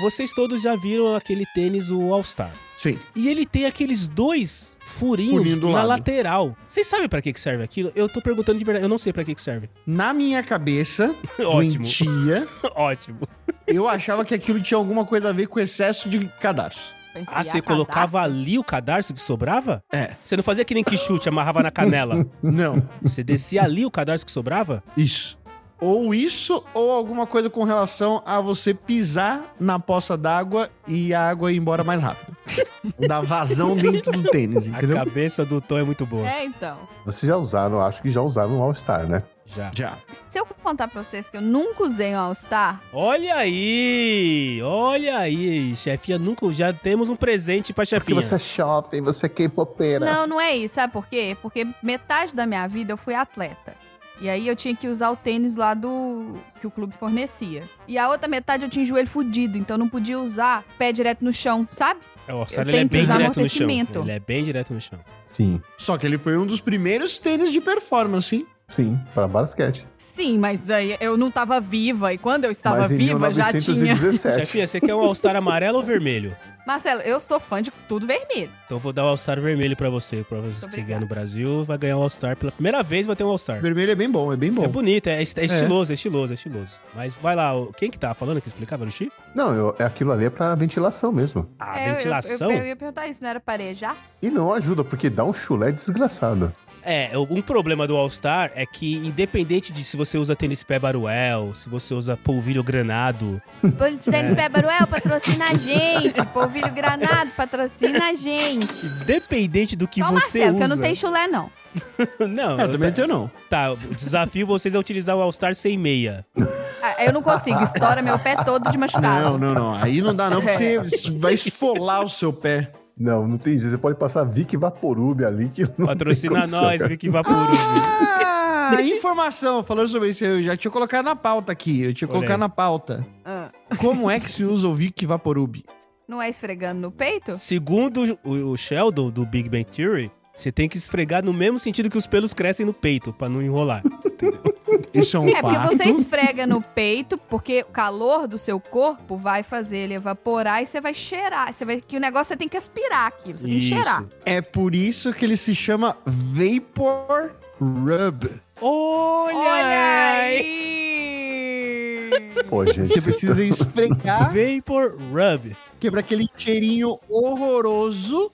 Vocês todos já viram aquele tênis, o All Star. Sim. E ele tem aqueles dois furinhos Furinho do na lado. lateral. Vocês sabem pra que que serve aquilo? Eu tô perguntando de verdade, eu não sei pra que que serve. [LAUGHS] Na minha cabeça, ótimo, doentia, ótimo. eu achava que aquilo tinha alguma coisa a ver com excesso de cadarço. pra enfiar Ah, você cadarço. colocava ali o cadarço que sobrava? É. Você não fazia que nem que chute, amarrava na canela. [LAUGHS] Não, Você descia ali o cadarço que sobrava? isso. Ou isso, ou alguma coisa com relação a você pisar na poça d'água e a água ir embora [LAUGHS] mais rápido. da vazão dentro do tênis, A entendeu? cabeça do Tom é muito boa. É, então. Vocês já usaram, acho que já usaram o All-Star, né? Já. Já. Se eu contar pra vocês que eu nunca usei um All-Star, Olha aí! Olha aí, chefinha. Nunca, já temos um presente pra Porque chefinha. você é jovem, você é K-popera. não, não é isso. Sabe por quê? Porque metade da minha vida eu fui atleta. E aí eu tinha que usar o tênis lá do. que o clube fornecia. E a outra metade eu tinha o joelho fudido, então eu não podia usar pé direto no chão, sabe? É, o Orsaro, Eu ele é tenho que bem usar direto no chão. amortecimento. Ele é bem direto no chão. Sim, Só que ele foi um dos primeiros tênis de performance, hein? sim, para basquete. Sim, mas aí eu não tava viva. E quando eu estava Mas em viva, já tinha. 1917. [LAUGHS] Chefinha, você quer um All-Star amarelo ou vermelho? Marcelo, eu sou fã de tudo vermelho. Então vou dar o All-Star vermelho pra você. Pra você que obrigada. vier no Brasil, vai ganhar o All-Star. Pela primeira vez vai ter um All-Star. Vermelho é bem bom, é bem bom. É bonito, é, est- é estiloso, é estiloso, é estiloso. Mas vai lá, o- quem que tá falando que explicava no Chi? Não, eu, é aquilo ali é para ventilação mesmo. A É, eu- eu- Ah, ventilação? Eu, eu ia perguntar isso, não era parejar? E não ajuda, porque dá um chulé desgraçado. É, um problema do All-Star é que, independente de se você usa tênis pé baruel, se você usa polvilho granado, Tênis Pé Baruel patrocina a gente. Polvilho Granado patrocina a gente. independente do que Só o você Marcelo, usa. que eu não tenho chulé, não. [LAUGHS] Não, É, eu também tá, tenho não. tá, o desafio vocês é utilizar o All-Star sem meia. Ah, eu não consigo, estoura meu pé todo de machucado. Não, não, não. Aí não dá não, É. porque você vai esfolar o seu pé. Não, não tem jeito. Você pode passar Vic Vaporub ali que não Patrocina tem condição, nós, cara. Vicky Vaporub. Ah, [LAUGHS] informação. Falando sobre isso, eu já tinha colocado na pauta aqui. Eu tinha Olha colocado aí. na pauta. Ah, Como é que se usa o Vic Vaporub? não é esfregando no peito? Segundo o, o Sheldon, do Big Bang Theory, você tem que esfregar no mesmo sentido que os pelos crescem no peito, pra não enrolar. Isso é um É, porque fato. você esfrega no peito, porque o calor do seu corpo vai fazer ele evaporar e você vai cheirar. Você vai, que o negócio você tem que aspirar aqui, você tem que cheirar. É por isso que ele se chama Vapor Rub. Olha, aí! aí! Pô, Tipo, gente, Você vocês tão- [LAUGHS] precisa esfregar, Vapor Rub. quebra aquele cheirinho horroroso,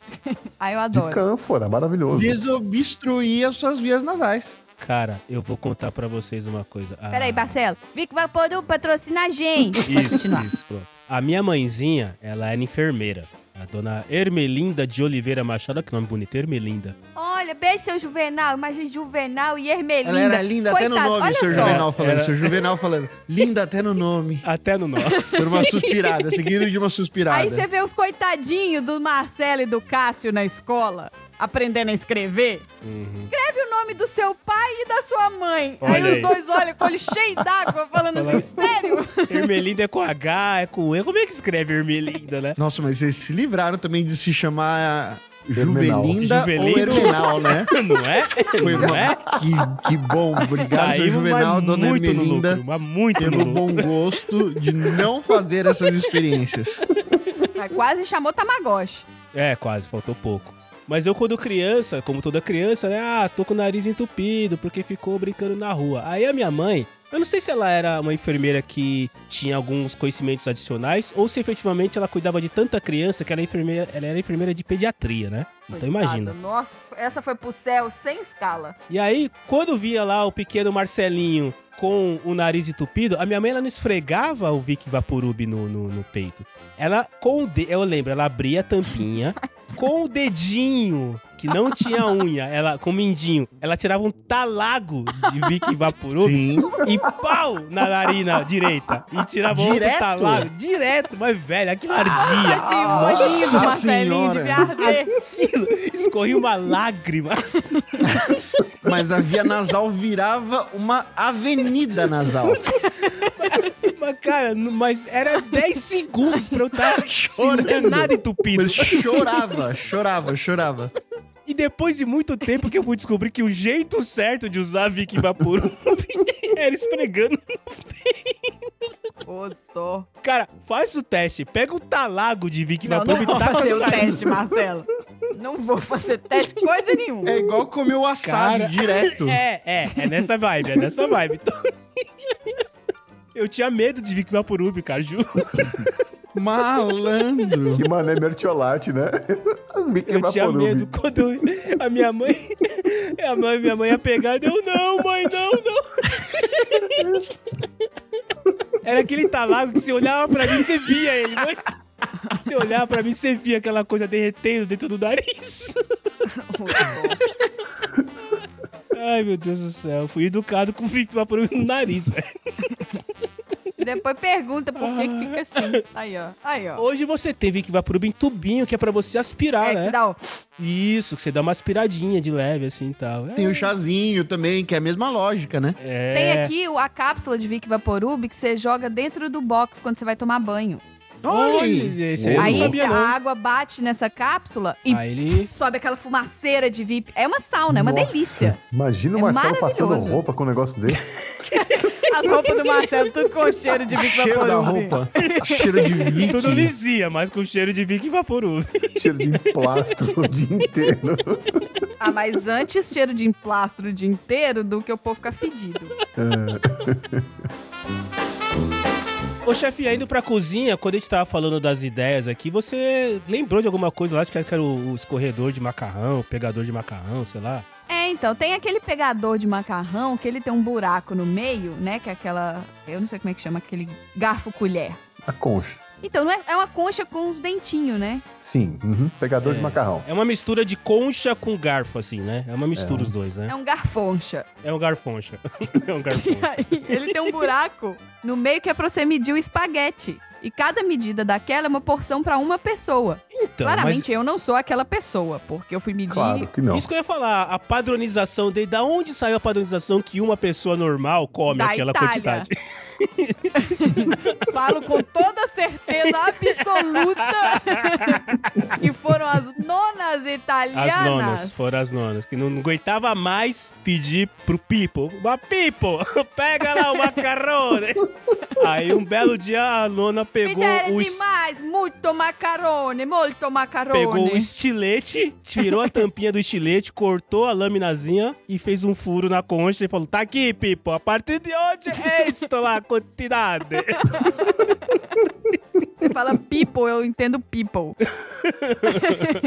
Aí eu de adoro. cânfora, maravilhoso. desobstruir as suas vias nasais. Cara, eu vou contar pra vocês uma coisa. Ah, Peraí, Marcelo. Vic Vaporu patrocina a gente. Pode Isso, continuar. isso, pronto. A minha mãezinha, ela era enfermeira. A dona Ermelinda de Oliveira Machado, olha que nome bonito, Ermelinda. Olha, beijo seu Juvenal. Imagina Juvenal e Ermelinda. Ela era linda Coitado, até no nome, olha seu só. Juvenal falando. Era- Seu Juvenal falando. Linda até no nome. Até no nome. Por uma suspirada, seguido de uma suspirada. Aí você vê os coitadinhos do Marcelo e do Cássio na escola, aprendendo a escrever. Uhum. Escreve o nome do seu pai e da sua mãe. Olha aí, aí. os dois olham com o olho cheio d'água, falando assim, sério? [LAUGHS] Ermelinda é com H, é com E. Como é que escreve Ermelinda, né? Nossa, mas vocês se livraram também de se chamar Juvenal. Juvelinda ou Juvelino. Hermenal, né? [LAUGHS] Não é? Foi Não é? Que, que bom. Obrigado, seu Saímos, mas Juvenal, dona muito no Hermelinda, lucro, mas muito no pelo lucro. bom gosto de não fazer essas experiências. Mas Quase chamou Tamagotchi. É, quase, faltou pouco. Mas eu, quando criança, como toda criança, né? Ah, tô com o nariz entupido porque ficou brincando na rua. Aí a minha mãe, eu não sei se ela era uma enfermeira que tinha alguns conhecimentos adicionais ou se efetivamente ela cuidava de tanta criança que ela, era enfermeira, ela era enfermeira de pediatria, né? Então imagina. Coitado, Nossa, essa foi pro céu sem escala. E aí, quando via lá o pequeno Marcelinho com o nariz entupido, a minha mãe ela não esfregava o Vic Vaporub no, no, no peito. Ela, com o de... eu lembro, ela abria a tampinha com o dedinho, que não tinha unha, ela com o mindinho. Ela tirava um talago de Vic Vaporub [LAUGHS] Sim. e pau na narina direita. E tirava outro Direto? talago. Direto, mas velho, aquilo ardia. Tadinho, bolinho do Nossa Marcelinho, Senhora. devia arder. Escorria uma lágrima. mas a via nasal virava uma [LAUGHS] avenida nasal. Mas, cara, n- mas era 10 segundos pra eu estar Chorando. sem nada entupido. Mas chorava, chorava, chorava. E depois de muito tempo que eu fui descobrir que o jeito certo de usar Viking Vaporum [LAUGHS] era esfregando. Ô, tô. Cara, faz o teste. Pega o talago de Viking Não, não Vaporum e tá tá vou taca fazer o na- teste, Marcelo. Não vou fazer teste coisa nenhuma. É igual comer o wasabi Cara, direto. É, é, é nessa vibe, é nessa vibe. [LAUGHS] Então, eu tinha medo de Viking Vaporum, cara, juro. Malandro. Que mané mertiolate, né? [LAUGHS] Me Eu quebra tinha por um. medo quando eu- a minha mãe. A mãe- minha mãe ia pegar e eu, não, mãe, não, não. Era aquele talago que você olhava pra mim, você via ele, mãe. Você olhava pra mim, você via aquela coisa derretendo dentro do nariz. Ô, tô. Ai, meu Deus do céu. Eu fui educado com fita lá pro no nariz, velho. Depois pergunta por que, Ah. que fica assim. Aí, ó. Aí, ó. Hoje você tem Vic Vaporub em tubinho, que é pra você aspirar, É que né? se dá o... Isso, que você dá uma aspiradinha de leve, assim, e tal. É, Tem o chazinho também, que é a mesma lógica, né? é... Tem aqui o- a cápsula de Vic Vaporub que você joga dentro do box quando você vai tomar banho. Olha aí. Olha, esse aí eu não aí sabia, a não. água bate nessa cápsula e Aí ele- sobe aquela fumaceira de VIP. É uma sauna, é uma Nossa, delícia. Imagina o É Marcelo passando maravilhoso. roupa com um negócio [LAUGHS] desse. As roupas do Marcelo, tudo com cheiro de Vic Cheiro da Vaporub. [LAUGHS] roupa. Cheiro de viking. Tudo lisia, mas com cheiro de Vic Vaporub. cheiro de emplastro o dia inteiro. Ah, mas antes cheiro de emplastro o dia inteiro do que o povo ficar fedido. [LAUGHS] Ô, chefe, indo pra cozinha, quando a gente tava falando das ideias aqui, você lembrou de alguma coisa lá? Acho que era o o escorredor de macarrão, o pegador de macarrão, sei lá. É, então, tem aquele pegador de macarrão que ele tem um buraco no meio, né? Que é aquela. Eu não sei como é que chama, aquele garfo-colher. A concha. Então, não é, é uma concha com uns dentinhos, né? Sim. uhum. Pegador É. de macarrão. É uma mistura de concha com garfo, assim, né? É uma mistura os dois, né? É um garfoncha. É um garfoncha. [LAUGHS] é um E garfoncha. [LAUGHS] aí, ele tem um buraco no meio que é pra você medir o espaguete. E cada medida daquela é uma porção pra uma pessoa. Então, Claramente, eu não sou aquela pessoa, porque eu fui medir. Claro que não. mas isso que eu ia falar, a padronização dele, da onde saiu a padronização que uma pessoa normal come Da aquela Itália. quantidade? [LAUGHS] Falo com toda certeza absoluta [LAUGHS] que foram as nonas italianas. As nonas, foram as nonas, que não aguentava mais pedir pro Pipo. Mas Pipo, [LAUGHS] pega lá o macarrone. Aí um belo dia a nona pegou Pediram o, es- demais, muito macarone, muito macarone. pegou o estilete, tirou a tampinha do estilete, cortou a laminazinha e fez um furo na concha e falou: tá aqui, Pipo, a partir de hoje é isto lá, quantidade. Você fala people, eu entendo people.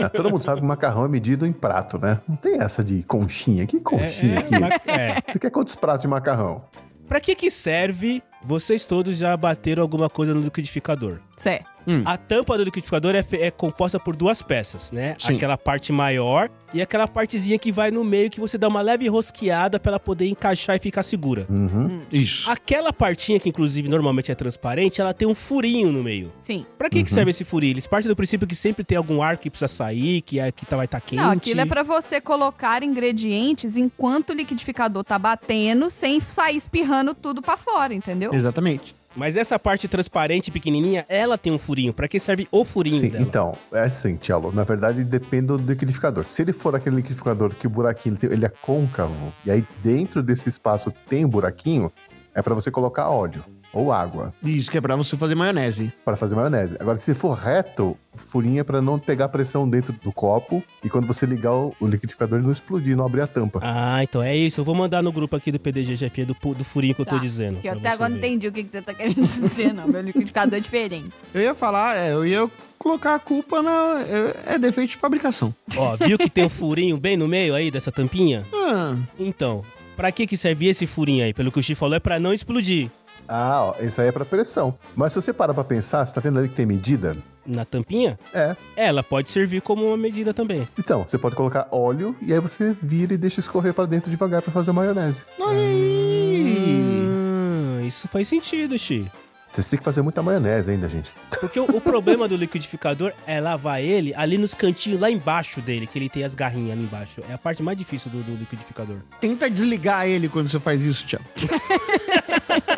Ah, todo mundo sabe que macarrão é medido em prato, né? Não tem essa de conchinha. Que conchinha aqui? ma- é. Você quer quantos pratos de macarrão? Pra que que serve? Vocês todos já bateram alguma coisa no liquidificador. Certo. A tampa do liquidificador é, fe- é composta por duas peças, né? Sim. Aquela parte maior e aquela partezinha que vai no meio que você dá uma leve rosqueada pra ela poder encaixar e ficar segura. Uhum. Isso. Aquela partinha que inclusive normalmente é transparente, ela tem um furinho no meio. Sim. Pra Uhum. que que serve esse furinho? Eles partem do princípio que sempre tem algum ar que precisa sair, que é, que tá, vai estar quente. Não, aquilo é pra você colocar ingredientes enquanto o liquidificador tá batendo, sem sair espirrando tudo pra fora, entendeu? Exatamente. Mas essa parte transparente pequenininha, ela tem um furinho. Pra que serve o furinho Sim, dela? então, é assim, Tchelo. Na verdade, depende do liquidificador. Se ele for aquele liquidificador que o buraquinho ele tem- ele é côncavo, e aí dentro desse espaço tem um buraquinho, é pra você colocar óleo ou água Isso, que é pra você fazer maionese. pra fazer maionese. Agora, se for reto, furinha pra não pegar pressão dentro do copo e quando você ligar o, o liquidificador ele não explodir, não abrir a tampa. Ah, então é isso. Eu vou mandar no grupo aqui do PDGGP do, pu- do furinho que eu tô Tá, dizendo. Que eu pra até você agora não ver. entendi o que que você tá querendo [LAUGHS] dizer, não. Meu liquidificador é diferente. Eu ia falar, é, eu ia colocar a culpa na. É, é defeito de fabricação. Ó, viu que tem um furinho bem no meio aí dessa tampinha? Ah, Então, pra que que serve esse furinho aí? Pelo que o Chi falou, é pra não explodir. Ah, ó, isso aí é pra pressão. Mas se você parar pra pensar, você tá vendo ali que tem medida? Na tampinha, É. ela pode servir como uma medida também. Então, você pode colocar óleo e aí você vira e deixa escorrer pra dentro devagar pra fazer a maionese. olha aí! Hum, isso faz Ah, sentido, Chi. Vocês têm que fazer muita maionese ainda, gente. Porque o, o problema do liquidificador é lavar ele ali nos cantinhos, lá embaixo dele, que ele tem as garrinhas ali embaixo. É a parte mais difícil do, do [LAUGHS] liquidificador. Tenta desligar ele quando você faz isso, Thiago.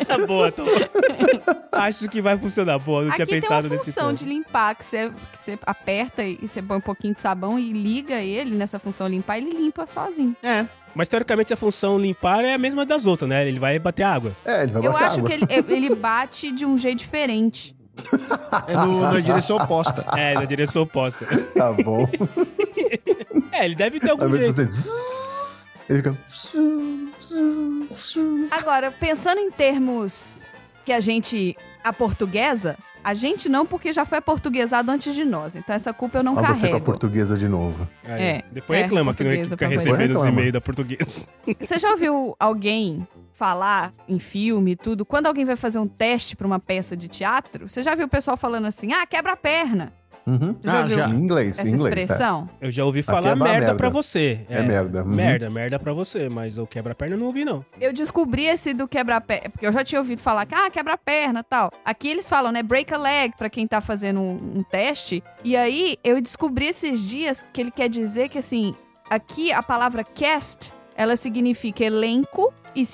Tá boa, tá boa. Acho que vai funcionar. Boa, não Aqui tinha tem pensado uma nesse função ponto. de limpar, que você, que você aperta e você põe um pouquinho de sabão e liga ele nessa função limpar, ele limpa sozinho. É. Mas teoricamente a função limpar é a mesma das outras, né? Ele vai bater [LAUGHS] água. É, ele vai Eu botar acho água. que ele, ele bate de um jeito diferente. É no- na direção oposta. [LAUGHS] É, na direção oposta. Tá [LAUGHS] bom. É, ele deve ter Ao algum invés de jeito. fazer zzz, ele fica... zzz, zzz, zzz. Agora, pensando em termos que a gente. a portuguesa, a gente não, porque já foi aportuguesado antes de nós. Então essa culpa eu não Ah, você com a carrego. portuguesa de novo. Aí, É, Depois é, reclama que não portuguesa, fica por favor. recebendo os Reclama. e-mails da portuguesa. Você já ouviu alguém falar em filme e tudo? Quando alguém vai fazer um teste pra uma peça de teatro, você já viu o pessoal falando assim: ah, quebra a perna. Uhum. Você já Ah, viu já. Em inglês, essa em inglês. é. expressão? Eu já ouvi falar é uma merda, merda. pra você. É, merda. Uhum. Merda, merda pra você, mas o quebra-perna eu não ouvi, não. Eu descobri esse do quebra-perna, porque eu já tinha ouvido falar que, ah, quebra-perna tal. Aqui eles falam, né, break a leg pra quem tá fazendo um, um teste. E aí eu descobri esses dias que ele quer dizer que, assim, aqui a palavra cast, ela significa elenco e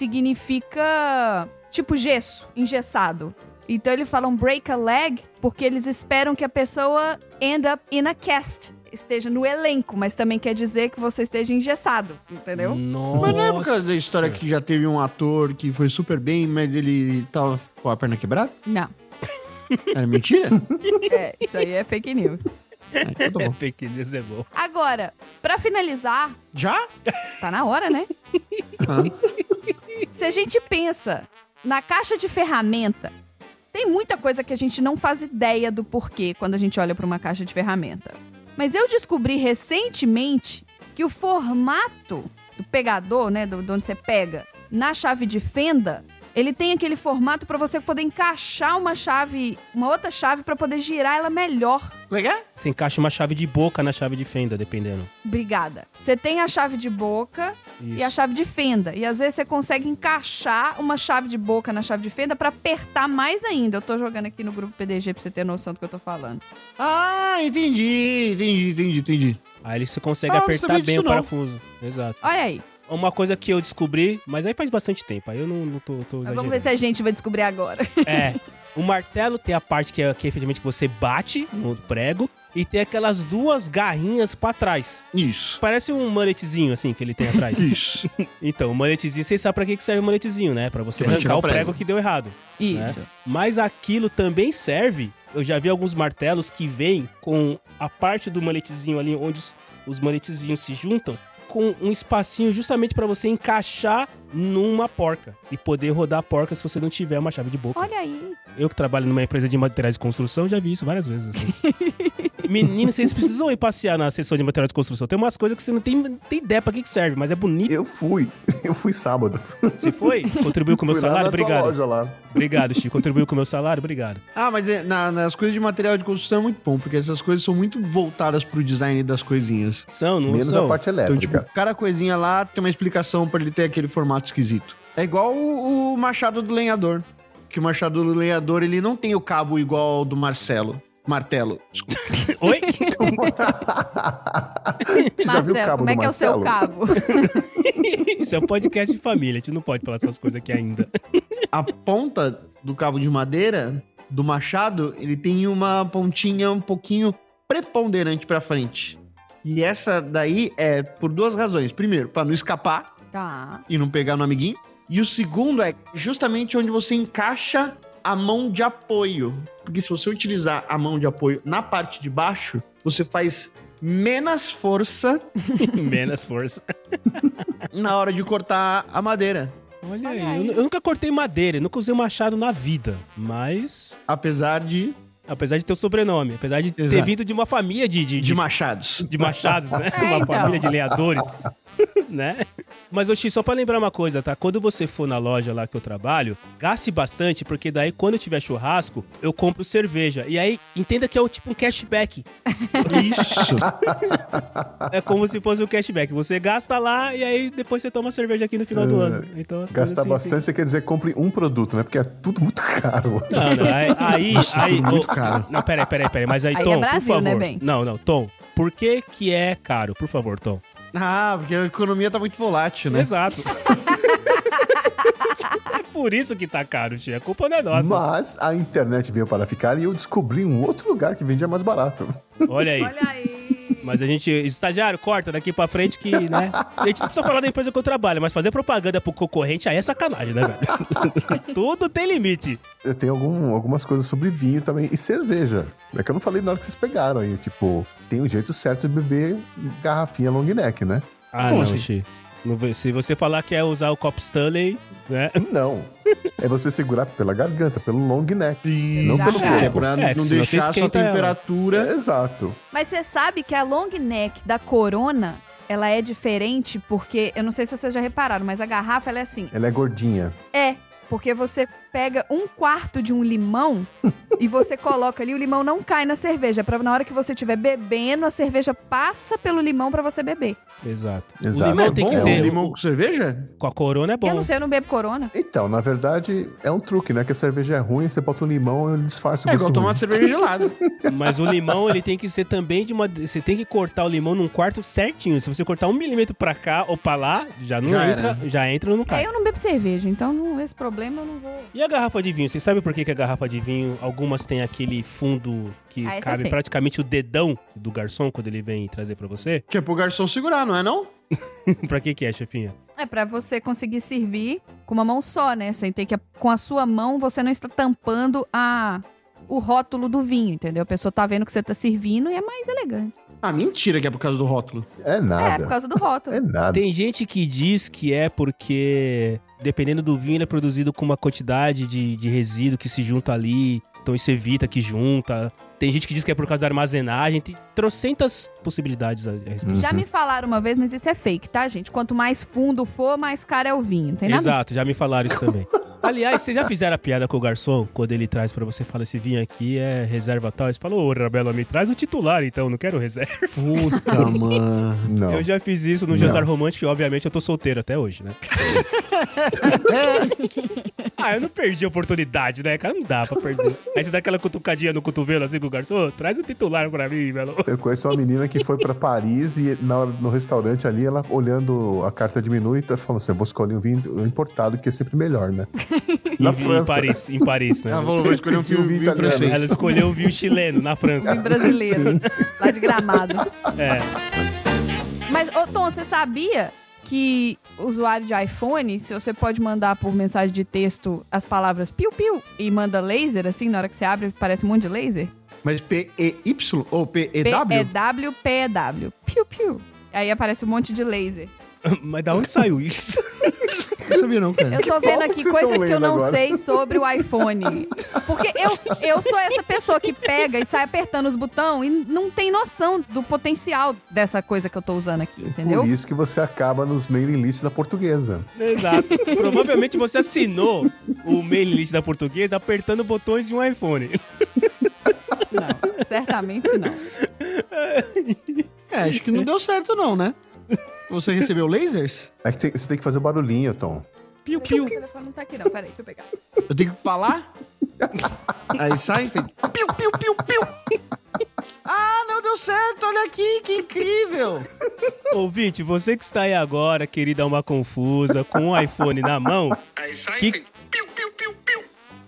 significa tipo gesso, engessado. Então eles falam break a leg porque eles esperam que a pessoa end up in a cast. Esteja no elenco, mas também quer dizer que você esteja engessado, entendeu? Nossa. Mas não é por causa da [LAUGHS] história que já teve um ator que foi super bem, mas ele tava com a perna quebrada? Não. Era [LAUGHS] mentira? É, isso aí é fake news. Ah, então tá É bom. fake news, é bom. Agora, pra finalizar, Já? tá na hora, né? Ah. Se a gente pensa na caixa de ferramenta, tem muita coisa que a gente não faz ideia do porquê quando a gente olha pra uma caixa de ferramenta. Mas eu descobri recentemente que o formato do pegador, né, do, de onde você pega, na chave de fenda, ele tem aquele formato pra você poder encaixar uma chave, uma outra chave pra poder girar ela melhor. Como é que é? Você encaixa uma chave de boca na chave de fenda, dependendo. Obrigada. Você tem a chave de boca Isso. e a chave de fenda. E às vezes você consegue encaixar uma chave de boca na chave de fenda pra apertar mais ainda. Eu tô jogando aqui no grupo PDG pra você ter noção do que eu tô falando. Ah, entendi, entendi, entendi, entendi. Aí você consegue Ah, eu não apertar sabia bem disso, o não. parafuso. Exato. Olha aí. Uma coisa que eu descobri, mas aí faz bastante tempo, aí eu não, não tô, tô Mas vamos ver se a gente vai descobrir agora. Né? É. O martelo tem a parte que é que efetivamente você bate no prego e tem aquelas duas garrinhas pra trás. Isso. Parece um manetezinho assim que ele tem atrás. [LAUGHS] Isso. então, o manetezinho, vocês sabem pra que que serve o manetezinho, né? Pra você Pra tirar arrancar o o prego prego. que deu errado. Isso. Mas aquilo também serve. Eu já vi alguns martelos que vêm com a parte do manetezinho ali onde os, os manetezinhos se juntam com um espacinho justamente pra você encaixar numa porca e poder rodar a porca se você não tiver uma chave de boca. Olha aí. Eu que trabalho numa empresa de materiais de construção, já vi isso várias vezes. [LAUGHS] Assim. Menino, vocês precisam ir passear na seção de materiais de construção. Tem umas coisas que você não tem, não tem ideia pra que, que serve, mas é bonito. Eu fui. [LAUGHS] Eu fui sábado. Você foi? Contribuiu com o meu fui lá salário? na tua Obrigado. loja lá. Obrigado, Chico. Contribuiu com o meu salário? Obrigado. Ah, mas é, na- nas coisas de material de construção é muito bom, porque essas coisas são muito voltadas pro design das coisinhas. São, não Menos são? a parte Então, elétrica. tipo, cada coisinha lá tem uma explicação pra ele ter aquele formato esquisito. É igual o, o machado do lenhador. Que o machado do lenhador, ele não tem o cabo igual ao do Marcelo. Martelo. Desculpa. Oi? [LAUGHS] Você [LAUGHS] já viu o Marcelo, cabo como é do que é o seu Marcelo? cabo? [LAUGHS] Isso é um podcast de família. A gente não pode falar essas coisas aqui ainda. [LAUGHS] [LAUGHS] A ponta do cabo de madeira do machado, ele tem uma pontinha um pouquinho preponderante pra frente. E essa daí é por duas razões. Primeiro, pra não escapar Tá. e não pegar no amiguinho. E o segundo é justamente onde você encaixa a mão de apoio. Porque se você utilizar a mão de apoio na parte de baixo, você faz menos força Menos força. na hora de cortar a madeira. Olha, Olha aí. aí. Eu, eu nunca cortei madeira, eu nunca usei machado na vida. Mas, Apesar de, apesar de ter o sobrenome, apesar de ter Exato. vindo de uma família de- de- [LAUGHS] de machados. de machados, né? [LAUGHS] É, Uma então. família de lenhadores, [LAUGHS] né? Mas, Oxi, só pra lembrar uma coisa, tá? Quando você for na loja lá que eu trabalho, gaste bastante, porque daí quando eu tiver churrasco, eu compro cerveja. E aí, entenda que é um, tipo um cashback. Isso. É como se fosse um cashback. Você gasta lá e aí depois você toma cerveja aqui no final do É, ano. Então, as coisas Gastar assim, bastante, você quer dizer compre um produto, né? Porque é tudo muito [LAUGHS] caro. tem- Não, não, aí. aí, Nossa, aí tudo muito ô, caro. Não, peraí, peraí, peraí. Mas aí, Aí é Tom, por Brasil, favor. né, Ben? Não, não, Tom. Por que que é caro? Por favor, Tom. Ah, porque a economia tá muito volátil, [LAUGHS] né? Exato. é por isso que tá caro, Xi. A culpa não é nossa. Mas a internet veio para ficar e eu descobri um outro lugar que vendia mais barato. Olha aí. Olha aí. Mas a gente, estagiário, corta daqui pra frente que, né? A gente não precisa falar da empresa que eu trabalho, mas fazer propaganda pro concorrente aí é sacanagem, né, [LAUGHS] velho? Tudo tem limite. Eu tenho algum- algumas coisas sobre vinho também e cerveja. É que eu não falei na hora que vocês pegaram aí. Tipo, tem um jeito certo de beber garrafinha long neck, né? Ah, Como não, assim? Xi. Não vai- se você falar que é usar o Cop Stanley, né? Não. É você segurar pela garganta, pelo long neck. Não Exato. pelo É, É, corpo. pra É, que não senão você deixar a sua esquenta ela. temperatura É, Exato. Mas você sabe que a long neck da Corona, ela é diferente porque, eu não sei se vocês já repararam, mas a garrafa ela é assim. Ela é gordinha. É, porque você pega um quarto de um limão e [LAUGHS] você coloca ali, o limão não cai na cerveja, para na hora que você estiver bebendo, a cerveja passa pelo limão pra você beber. Exato. Exato. O Mas limão é tem bom que é ser. um limão o- com cerveja? Com a corona é bom. Eu não sei, eu não bebo Corona. Então, na verdade, é um truque, né? Que a cerveja é ruim, você bota um limão e ele disfarça o É gosto igual tomar ruim. cerveja gelada. [LAUGHS] Mas o limão, ele tem que ser também de uma. Você tem que cortar o limão num quarto certinho. Se você cortar um milímetro pra cá ou pra lá, já não Já entra, já entra no Tá. É, cara. eu não bebo cerveja, então não- esse problema eu não vou. E a garrafa de vinho? Vocês sabem por que, que a garrafa de vinho, algumas têm aquele fundo que Ah, essa eu cabe sei. praticamente o dedão do garçom quando ele vem trazer pra você? [LAUGHS] Que é pro garçom segurar, não é não? pra que que é, chefinha? É pra você conseguir servir com uma mão só, né? Sem ter que com a sua mão você não está tampando a o rótulo do vinho, entendeu? A pessoa tá vendo que você tá servindo e é mais elegante. Ah, mentira que é por causa do rótulo. É É, por nada. causa do rótulo. É nada. Tem gente que diz que é porque, dependendo do vinho, ele é produzido com uma quantidade de, de resíduo que se junta ali, então isso evita que junta. Tem gente que diz que é por causa da armazenagem, tem trocentas possibilidades a, a respeito. Já me falaram uma vez, mas isso é fake, tá, gente? Quanto mais fundo for, mais caro é o vinho. Não tem nada Exato, já me falaram isso também. [LAUGHS] Aliás, vocês já fizeram a piada com o garçom? Quando ele traz pra você, fala, esse vinho aqui é reserva tal. Você falou, ô, Rabelo, me traz o titular, então, não quero reserva. [LAUGHS] Puta, mano. Não. Eu já fiz isso no Não. jantar romântico e, obviamente, eu tô solteiro até hoje, né? ah, eu não perdi a oportunidade, né, cara? Não dá pra perder. Aí você dá aquela cutucadinha no cotovelo, assim, com o garçom, ô, traz o titular pra mim, Belo. Eu conheço uma menina que foi pra Paris e na hora- no restaurante ali, ela olhando a carta diminui, tá falando assim: eu vou escolher um vinho importado, que é sempre melhor, né? Em, Na em França. Paris, em Paris, né? Ela falou, vou escolher um Pediu filme vinho italiano. francês. Ela escolheu o vinho chileno, na França. Vinho brasileiro, lá de gramado. É. Mas, ô Tom, você sabia que usuário de iPhone, se você pode mandar por mensagem de texto as palavras piu-piu e manda laser, assim, na hora que você abre, parece um monte de laser? é Mas P-E-Y ou P-E-W? P-E-W, P-E-W. Piu-piu. Aí aparece um monte de laser. [LAUGHS] Mas da onde saiu isso? [LAUGHS] Não sabia [LAUGHS] não, cara. Eu tô vendo aqui que vocês coisas estão que eu não lendo agora? sei sobre o iPhone. Porque eu, eu sou essa pessoa que pega e sai apertando os botões e não tem noção do potencial dessa coisa que eu tô usando aqui, entendeu? Por isso que você acaba nos mailing lists da portuguesa. Exato. Provavelmente você assinou o mailing list da portuguesa apertando botões de um iPhone. Não, certamente não. É, acho que não deu certo não, né? Você recebeu lasers? É que tem- você tem que fazer o barulhinho, Tom. Piu, piu. Piu. O telefone não tá aqui, não. Peraí, deixa eu pegar. Eu tenho que falar? Aí sai e fez piu, piu, piu, piu. Ah, não deu certo, olha aqui, que incrível. Ouvinte, você que está aí agora, querida uma confusa, com o iPhone na mão. que...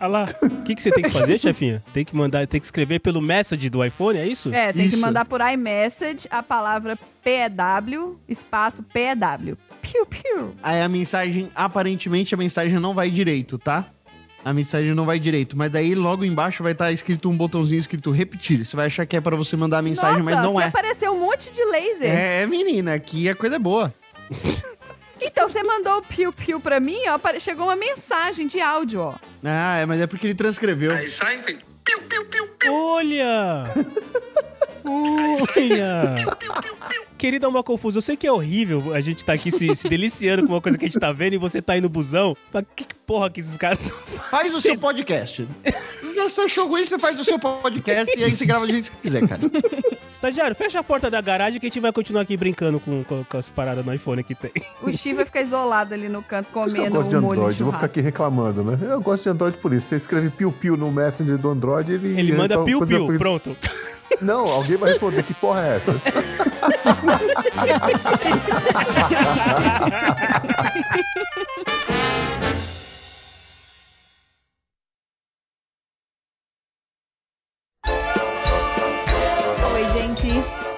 Ah lá, o que, que você tem que fazer, chefinha? Tem que mandar, tem que escrever pelo message do iPhone, é isso? É, tem que Isso. mandar por iMessage a palavra PEW, espaço PEW. Piu, piu. Aí a mensagem, aparentemente a mensagem não vai direito, tá? A mensagem não vai direito, mas daí logo embaixo vai estar escrito um botãozinho escrito repetir. Você vai achar que é pra você mandar a mensagem, Nossa, mas não aqui é. apareceu um monte de laser. É, menina, aqui a coisa é boa. Então, você mandou o piu-piu pra mim, ó, apare- chegou uma mensagem de áudio, ó. Ah, é, mas é porque ele transcreveu. Olha! Olha! Querida, é uma confusão. Eu sei que é horrível a gente tá aqui se, se deliciando com uma coisa que a gente tá vendo e você tá aí no busão. Mas que que porra que esses caras tão Faz o seu podcast. Você jogou isso, você faz o seu podcast e aí você grava a gente que quiser, [LAUGHS] cara. Estagiário, fecha a porta da garagem que a gente vai continuar aqui brincando com, com, com as paradas no iPhone que tem. O Chi vai ficar isolado ali no canto Por isso que eu comendo gosto de um molho de Android, eu vou ficar aqui reclamando, né? Eu gosto de Android por isso. Você escreve piu-piu no Messenger do Android, ele. Ele manda só- É, então, quando eu piu-piu, fui- pronto. Não, alguém vai responder que porra é essa? Oi, gente.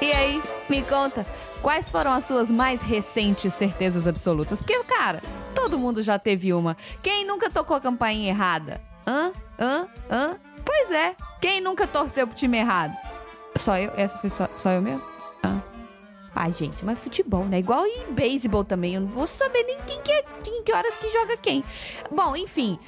E aí, me conta, quais foram as suas mais recentes certezas absolutas? Porque, cara, todo mundo já teve uma. Quem nunca tocou a campainha errada? Hã? Hã? Hã? Pois é. Quem nunca torceu pro time errado? Só eu? Essa foi só, só eu mesmo? Hã? Ah, gente, mas futebol, né? Igual em beisebol também. Eu não vou saber nem quem que é, quem que horas que joga quem. Bom, enfim,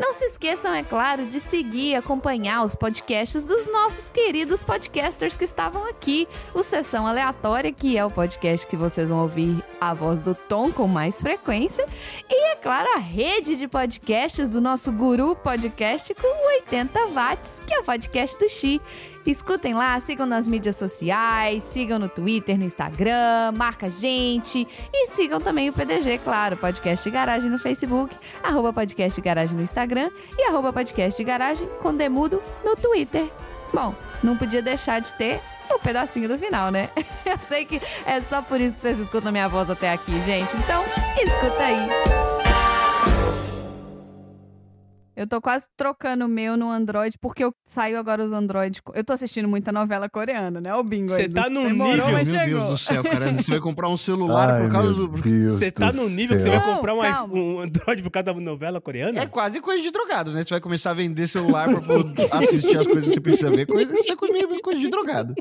não se esqueçam, é claro, de seguir e acompanhar os podcasts dos nossos queridos podcasters que estavam aqui. O Sessão Aleatória, que é o podcast que vocês vão ouvir a voz do Tom com mais frequência. E, é claro, a rede de podcasts do nosso guru podcast com 80 watts, que é o podcast do Xi. Escutem lá, sigam nas mídias sociais, sigam no Twitter, no Instagram, marca a gente. E sigam também o PDG, claro, Podcast Garagem no Facebook, arroba Podcast Garagem no Instagram e arroba Podcast Garagem com Demudo no Twitter. Bom, não podia deixar de ter o pedacinho do final, né? [LAUGHS] Eu sei que é só por isso que vocês escutam minha voz até aqui, gente. Então, escuta aí. Eu tô quase trocando o meu no Android, porque eu saio agora os Android. co- Eu tô assistindo muita novela coreana, né? O bingo Você aí. tá num Demorou, nível, mas Meu chegou. Deus do céu, cara. Você vai comprar um celular Ai, por causa meu do. Deus Você tá do num nível que você céu. vai Não, comprar um, calma. iPhone- um Android por causa da novela coreana? É quase coisa de drogado, né? Você vai começar a vender celular pra poder assistir as coisas que você precisa ver. Coisa, isso é comigo, coisa de drogado.